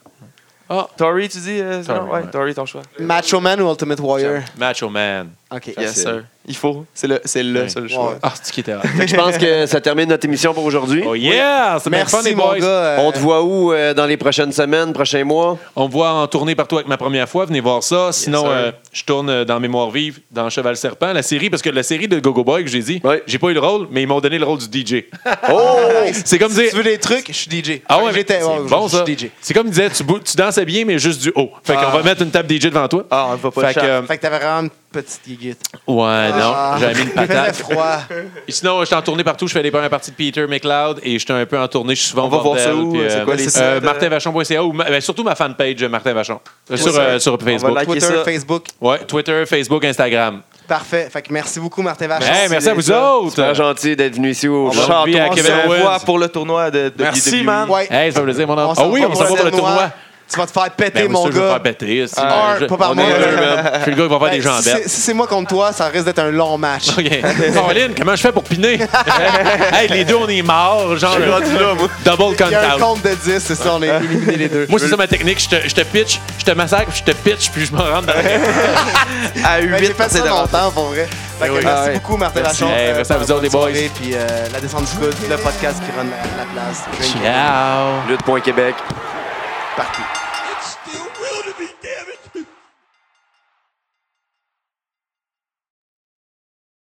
Tori, tu dis euh, Tory, non? Ouais, ouais. Tori, ton choix. Macho Man ou Ultimate Warrior? Macho Man. Ok. Yes, sir. Il faut. C'est le, c'est le Ouais. seul Ouais. choix. Ah, c'est qui était hot. Fait que je pense que ça termine notre émission pour aujourd'hui. Oh yeah, c'est bien fun, Merci, les mon boys. gars. euh, On te voit où euh, dans les prochaines semaines, prochains mois? On me voit en tournée partout avec ma première fois. Venez voir ça. Sinon, sir. euh, je tourne euh, dans Mémoire vive, dans Cheval Serpent, la série, parce que la série de Gogo Boy que j'ai dit, Ouais. j'ai pas eu le rôle, mais ils m'ont donné le rôle du DJ. Oh! C'est comme Si dire. tu veux des trucs, je suis DJ. Ah ouais, mais j'étais c'est ouais, bon je ça. suis DJ. C'est comme il disait, tu, bou- tu danses bien, mais juste du haut. Fait qu'on Ah. va mettre une table DJ devant toi. Ah, on va pas fait que, le euh, Fait que t'avais vraiment une petite guiguette. ouais, non, j'avais mis une Il faisait patate. froid. Ah. Et Sinon, je suis en tournée partout. Je fais les premières parties de Peter McLeod et je suis un peu en tournée. Je suis souvent On va au bordel, voir ça où, puis, c'est euh, quoi les euh, sites, martinvachon.ca ou ma- ben, surtout ma fanpage euh, Martin Vachon Euh, sur, ça. euh, sur On Facebook. va liker Twitter, ça. Facebook. Ouais, Twitter, Facebook, Instagram. Parfait. Fait que merci beaucoup, Martin Vachon. Hey, merci à les vous gars. autres. Super gentil d'être venu ici au On va show. va enlever à on Kevin se revoit Owens. pour le tournoi de, de Merci, WWE. man. Ouais. Hey, ça veut dire mon nom. Ah s'en oui, va on s'en va pour le tournoi. Tu vas te faire péter, Ben, moi, mon ça, je vais me gars. faire péter. si, Ah, je- pas par on moi, là. est deux, man. Je suis le gars qui va faire Ben, des si jambettes. c'est- si c'est moi contre toi, ça risque d'être un long match. OK. Caroline, comment je fais pour piner? hey, les deux, on est morts. Genre, double count Il y a un out. compte de 10, c'est ça, on a éliminé les deux. Moi, c'est ça ma technique. Je te, je te pitch, je te massacre, puis je te pitch, puis je me rentre dans la À Ben, 8 J'ai fait ça longtemps, pour vrai. Fait que Ben oui. merci Ah ouais. beaucoup, Martin Merci. Vachon. Hey, merci à vous bonne autres, les soirée, boys. Puis euh, la descente du coude, le podcast qui run la, la place. Drink Ciao. Lutte.Québec. partout. It's still real to me, damn it!